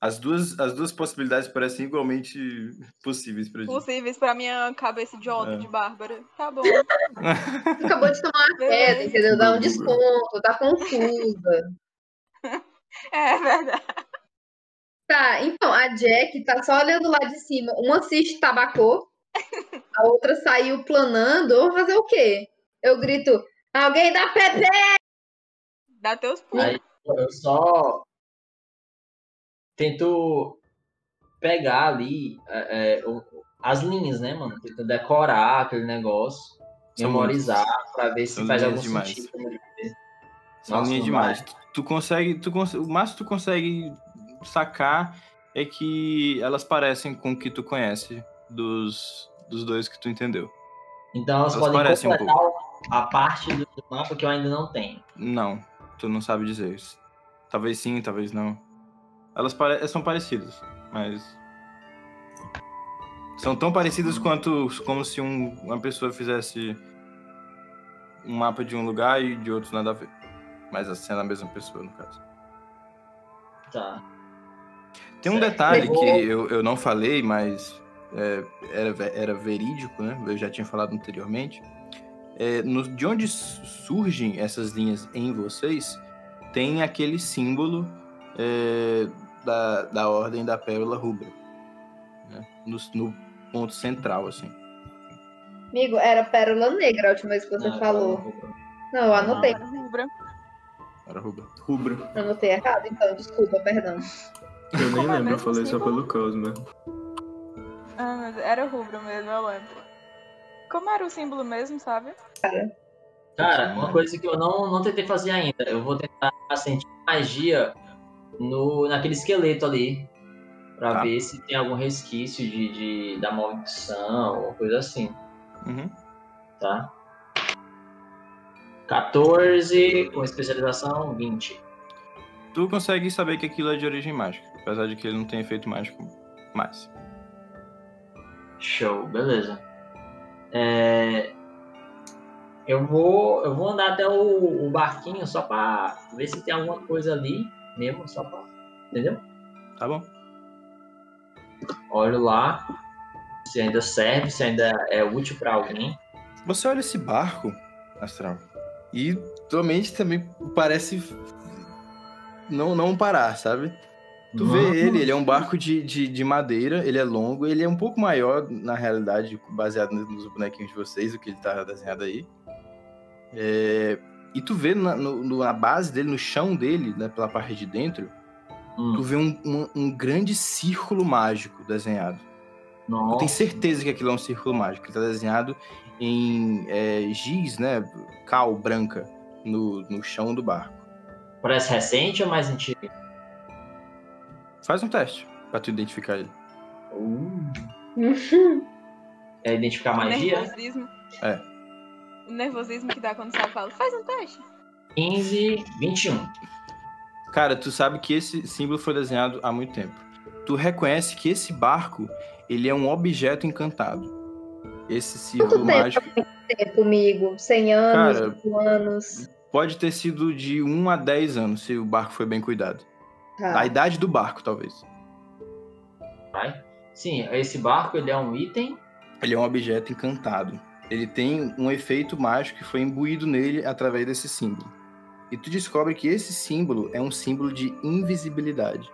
As duas, as duas possibilidades parecem igualmente possíveis pra ti. Possíveis pra minha cabeça idiota É. de Bárbara. Tá bom. Tu acabou de tomar uma queda, Beleza. entendeu? Dá um Google. desconto, tá confusa. É verdade. Tá, então, a Jack tá só olhando lá de cima. Uma se tabacou, a outra saiu planando. Vou fazer o quê? Eu grito, alguém dá Pepe! Dá teus pulos. Aí eu só tento pegar ali é, é, o- as linhas, né, mano? Tento decorar aquele negócio, São memorizar pra ver se São faz linhas algum demais. sentido. pra mim. São Nossa, linhas não demais. Tu, tu consegue, tu conse- o máximo que tu consegue sacar é que elas parecem com o que tu conhece dos, dos dois que tu entendeu. Então elas, Elas podem parecem um completar a parte do mapa que eu ainda não tenho. Não, tu não sabe dizer isso. Talvez sim, talvez não. Elas pare- são parecidas, mas são tão parecidas quanto como se um- uma pessoa fizesse um mapa de um lugar e de outro nada a ver. Mas assim é a mesma pessoa, no caso. Tá. Tem um Certo. detalhe Levou- que eu, eu não falei, mas é, era, ve- era verídico, né? Eu já tinha falado anteriormente. É, no- de onde su- surgem essas linhas em vocês, tem aquele símbolo é, da, da Ordem da Pérola Rubra. né? No, no ponto central, assim. Amigo, era Pérola Negra a última vez que você Não, falou. eu vou- Não, eu anotei. Agora rubra. Era Rubra. Rubra. Eu Anotei errado, então, desculpa, perdão. Eu nem Como é lembro, eu mesmo falei só símbolo? pelo caos, né? Ah, mas era rubro mesmo, eu lembro. Como era o símbolo mesmo, sabe? Cara, uma coisa que eu não, não tentei fazer ainda. Eu vou tentar sentir magia no, naquele esqueleto ali. Pra Tá. ver se tem algum resquício de, de, da maldição, alguma coisa assim, Uhum. tá? 14, com especialização, 20. Tu consegue saber que aquilo é de origem mágica, apesar de que ele não tem efeito mágico mais. Show, beleza. É, eu, vou, eu vou andar até o, o barquinho só pra ver se tem alguma coisa ali mesmo, só pra. Entendeu? Tá bom? Olho lá, se ainda serve, se ainda é útil pra alguém. Você olha esse barco, Astral, E tua mente também parece não, não parar, sabe? Hum, Tu vê Vamos. ele, ele é um barco de, de, de madeira, ele é longo, ele é um pouco maior, na realidade, baseado nos- nos bonequinhos de vocês, o que ele tá desenhado aí. É, e tu vê na, no- no- na base dele, no chão dele, né, pela parte de dentro, Hum. tu vê um, um- um grande círculo mágico desenhado. Eu tenho Nossa. certeza que aquilo é um círculo mágico. Ele tá desenhado em é, giz, né? Cal branca no, no chão do barco. Parece recente ou mais antigo? Faz um teste pra tu identificar ele. Hum. Uh. Quer identificar magia? Nervosismo. É. O nervosismo que dá quando você fala, faz um teste. 15, 21. Cara, tu sabe que esse símbolo foi desenhado há muito tempo. Tu reconhece que esse barco, ele é um objeto encantado. Esse círculo Quanto tempo mágico É comigo, 100 anos, Cara, 5 anos. pode ter sido de 1 a 10 anos, se o barco foi bem cuidado. Tá. A idade do barco, talvez. Vai. Sim, esse barco ele é um item. Ele é um objeto encantado. Ele tem um efeito mágico que foi imbuído nele através desse símbolo. E tu descobre que esse símbolo é um símbolo de invisibilidade.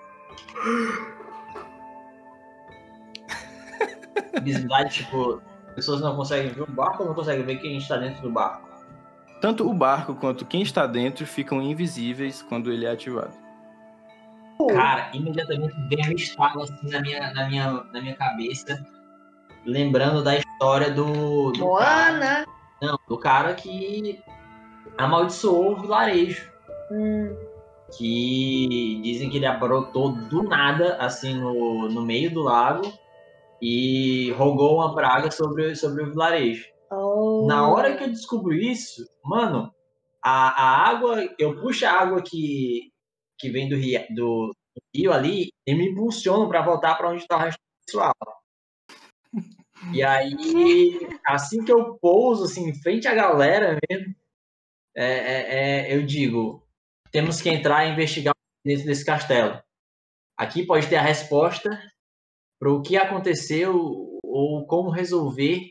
Visibilidade, tipo, pessoas não conseguem ver o barco ou não conseguem ver quem está tá dentro do barco. Tanto o barco quanto quem está dentro ficam invisíveis quando ele é ativado. Cara, imediatamente veio um estalo assim na minha, na minha, na minha cabeça, lembrando da história do. do cara, Moana. não, do cara que amaldiçoou o vilarejo. Hum, Que dizem que ele brotou do nada, assim, no, no meio do lago e rogou uma praga sobre, sobre o vilarejo. oh. Na hora que eu descubro isso, mano, a, a água, eu puxo a água que, que vem do rio, do, do rio ali e me impulsiono pra voltar pra onde tá o resto do pessoal. E aí, assim que eu pouso, assim, em frente à galera mesmo, é- é- é, eu digo: temos que entrar e investigar dentro desse castelo. Aqui pode ter a resposta para o que aconteceu ou como resolver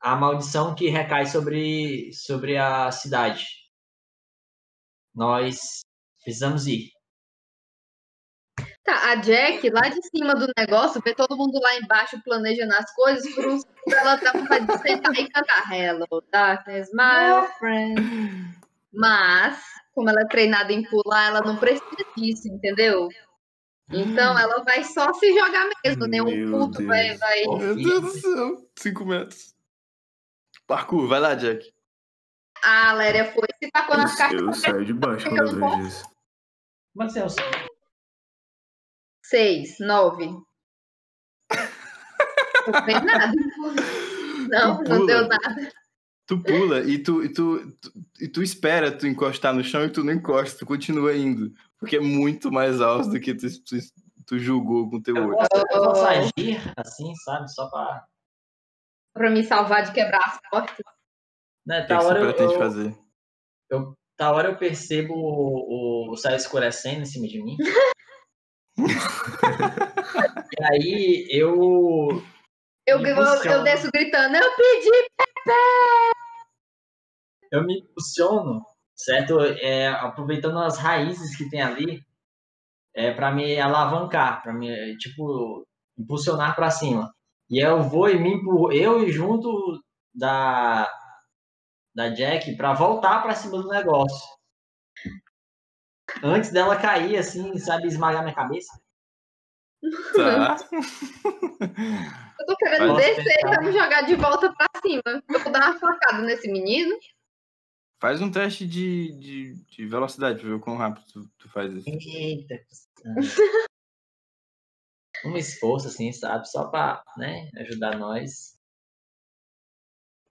a maldição que recai sobre, sobre a cidade. Nós precisamos ir. Tá, a Jack lá de cima do negócio vê todo mundo lá embaixo planejando as coisas, cruza, ela dá vontade de sentar e cantar Hello, darkness, my friend. Mas, como ela é treinada em pular, ela não precisa disso, entendeu? Então ela vai só se jogar mesmo, né? Um Meu culto vai, Deus. vai. Ô, Meu filha, Deus do céu! 5 metros. Parkour, vai lá, Jack. A Aléria foi se tacou nas Eu, eu caixas saio de baixo quando eu vejo isso. Como é que você é o seu? 6, 9. Não tem nada. Não, Tu não deu pula. nada. Tu pula e tu, e tu, tu- e tu espera tu encostar no chão e tu não encosta, tu continua indo. Porque é muito mais alto do que tu, tu, tu julgou com teu Eu olho. posso, eu Oh. posso agir assim, sabe? Só pra. Pra me salvar de quebrar as portas. Né, O que, é tá que você hora pretende eu, fazer? tá hora eu percebo o, o, o céu escurecendo em cima de mim. e aí eu. Eu, Me eu, eu impulsiona. desço gritando, eu pedi! eu me impulsiono, certo? É, aproveitando as raízes que tem ali, é, para me alavancar, para me, tipo, impulsionar para cima. E eu vou e me empurro, eu e junto da, da Jack, para voltar para cima do negócio. Antes dela cair, assim, sabe, esmagar minha cabeça. Tá. Eu tô querendo Posso descer tentar? pra me jogar de volta pra cima. Eu vou dar uma facada nesse menino. Faz um teste de, de, de velocidade pra ver o quão rápido tu, tu faz isso. Eita. Um esforço, assim, sabe, só para né, ajudar nós.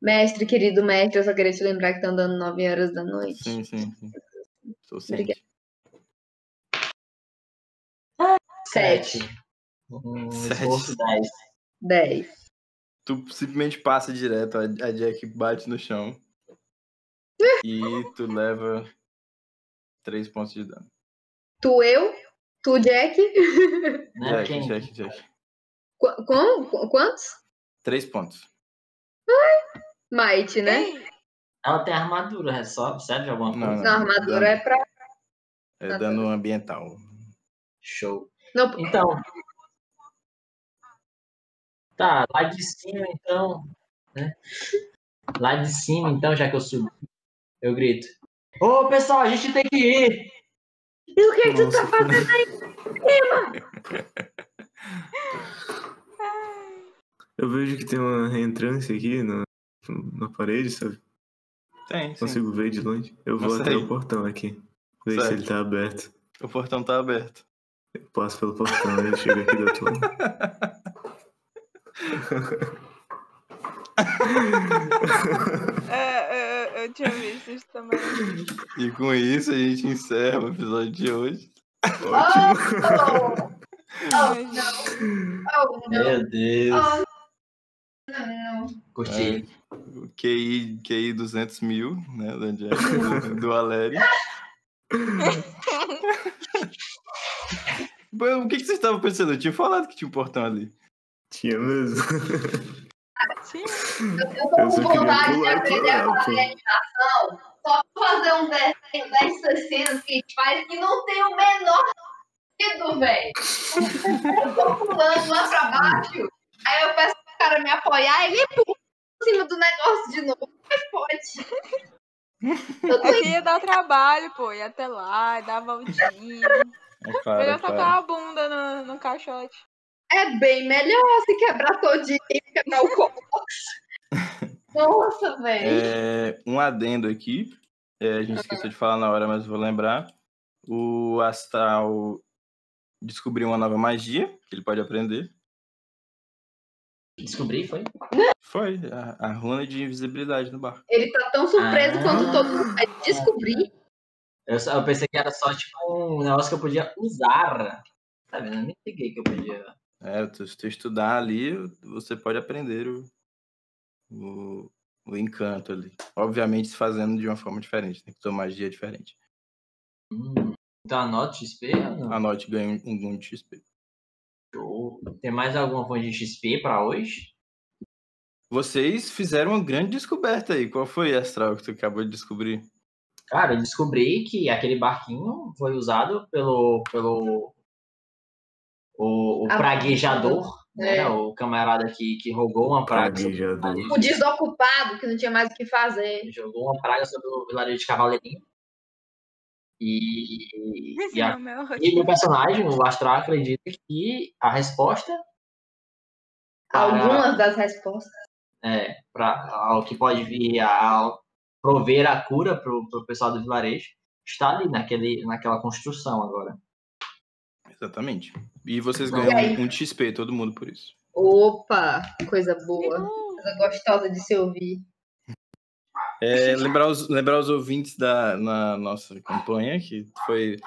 Mestre, querido mestre, eu só queria te lembrar que tá andando 9 horas da noite. Sim, sim, sim. Sou ciente. Sete. Um Sete. esforço 10. 10. Tu simplesmente passa direto, a, a Jack bate no chão. E tu leva 3 pontos de dano. Tu, eu, tu, Jack. Né? Jack, Quem- Jack, Jack. Qu- Como? Qu- Quantos? 3 pontos. Might, né? Ei, Ela tem armadura, é só serve de alguma Não, não. coisa. Não, a armadura dano- é pra. É dano ambiental. Show. Não, Então. Tá, lá de cima então. né? Lá de cima então, já que eu subi, eu grito. Ô pessoal, a gente tem que ir! e o que, que tu Nossa, tá fazendo? Eu vejo que tem uma reentrância aqui na, na parede, sabe? Tem, sim. Consigo ver de longe. Eu vou Consegue. até o portão aqui. Ver se Certo. ele tá aberto. O portão tá aberto. Eu passo pelo portão, ele chega aqui do outro lado. É, eu, eu- eu tinha visto isso também. E com isso a gente encerra o episódio de hoje. Oh, Mas- oh, não. Meu É Deus! Oh, não. Curti. O QI, QI 200 mil, né? Da Jack, do, do Aleri. Bom, o que, que vocês estavam pensando? Eu tinha falado que tinha um portão ali. Tinha mesmo. Sim, Eu tô Eu com só queria vontade de pular né, e aprender a né? pular, fazer animação. Só pra fazer um desenho dessas cenas que a gente faz que não tem o menor sentido, velho. Eu tô pulando lá pra baixo, aí eu peço pro cara me apoiar e ele pula em cima do negócio de novo. Mas pode. Eu tô aqui é ia dar trabalho, pô. Ia até lá, um ia dar voltinha. É Melhor claro, tacar claro. a bunda no, no caixote. É bem melhor se quebrar todinho e quebrar o copo. Nossa, velho. É, um adendo aqui. é, a gente esqueceu de falar na hora, mas vou lembrar. O Astral descobriu uma nova magia que ele pode aprender. É. Descobri, foi? Foi a, a runa de invisibilidade no barco. Ele tá tão surpreso Ah. quando todo mundo vai descobrir. Eu, só- eu pensei que era só tipo um negócio que eu podia usar. Tá vendo? Eu nem peguei que eu podia. É, tu- se tu estudar ali, você pode aprender o, o, o encanto ali. Obviamente, se fazendo de uma forma diferente, né? Que tua magia é diferente. Hum, Então anota o XP? ou não? Anote e ganha um, um de XP. Show. Tem mais alguma coisa de XP pra hoje? Vocês fizeram uma grande descoberta aí. Qual foi, Astral, que tu acabou de descobrir? Cara, eu descobri que aquele barquinho foi usado pelo. pelo o, o Ah, praguejador, né? É. O camarada que, que rogou uma praga. sobre- Praguejador. O desocupado, que não tinha mais o que fazer. Jogou uma praga sobre o vilarejo de Cavaleirinho. E, Esse e a nome é ótimo. E meu personagem, o Astral, acredita que a resposta para- Algumas das respostas. é, pra, ao que pode vir a, a prover a cura pro, pro pessoal do vilarejo está ali naquele, naquela construção agora. Exatamente. E vocês E aí? ganham um, um de XP, todo mundo por isso. Opa, coisa boa. Uhul. Coisa gostosa de se ouvir. É, lembrar, os, lembrar os ouvintes da na nossa campanha, que foi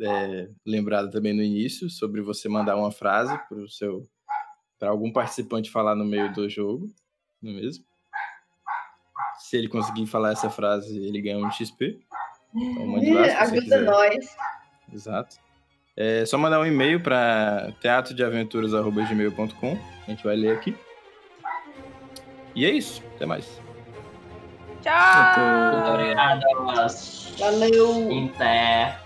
é, lembrado também no início, sobre você mandar uma frase para seu para algum participante falar no meio do jogo, não é mesmo? Se ele conseguir falar essa frase, ele ganha um XP. Então mande lá se você Ajuda quiser. nós. Exato. É só mandar um e-mail para teatrodeaventuras.gmail.com. A gente vai ler aqui. E é isso. Até mais. Tchau! Muito obrigado. Valeu. Inter.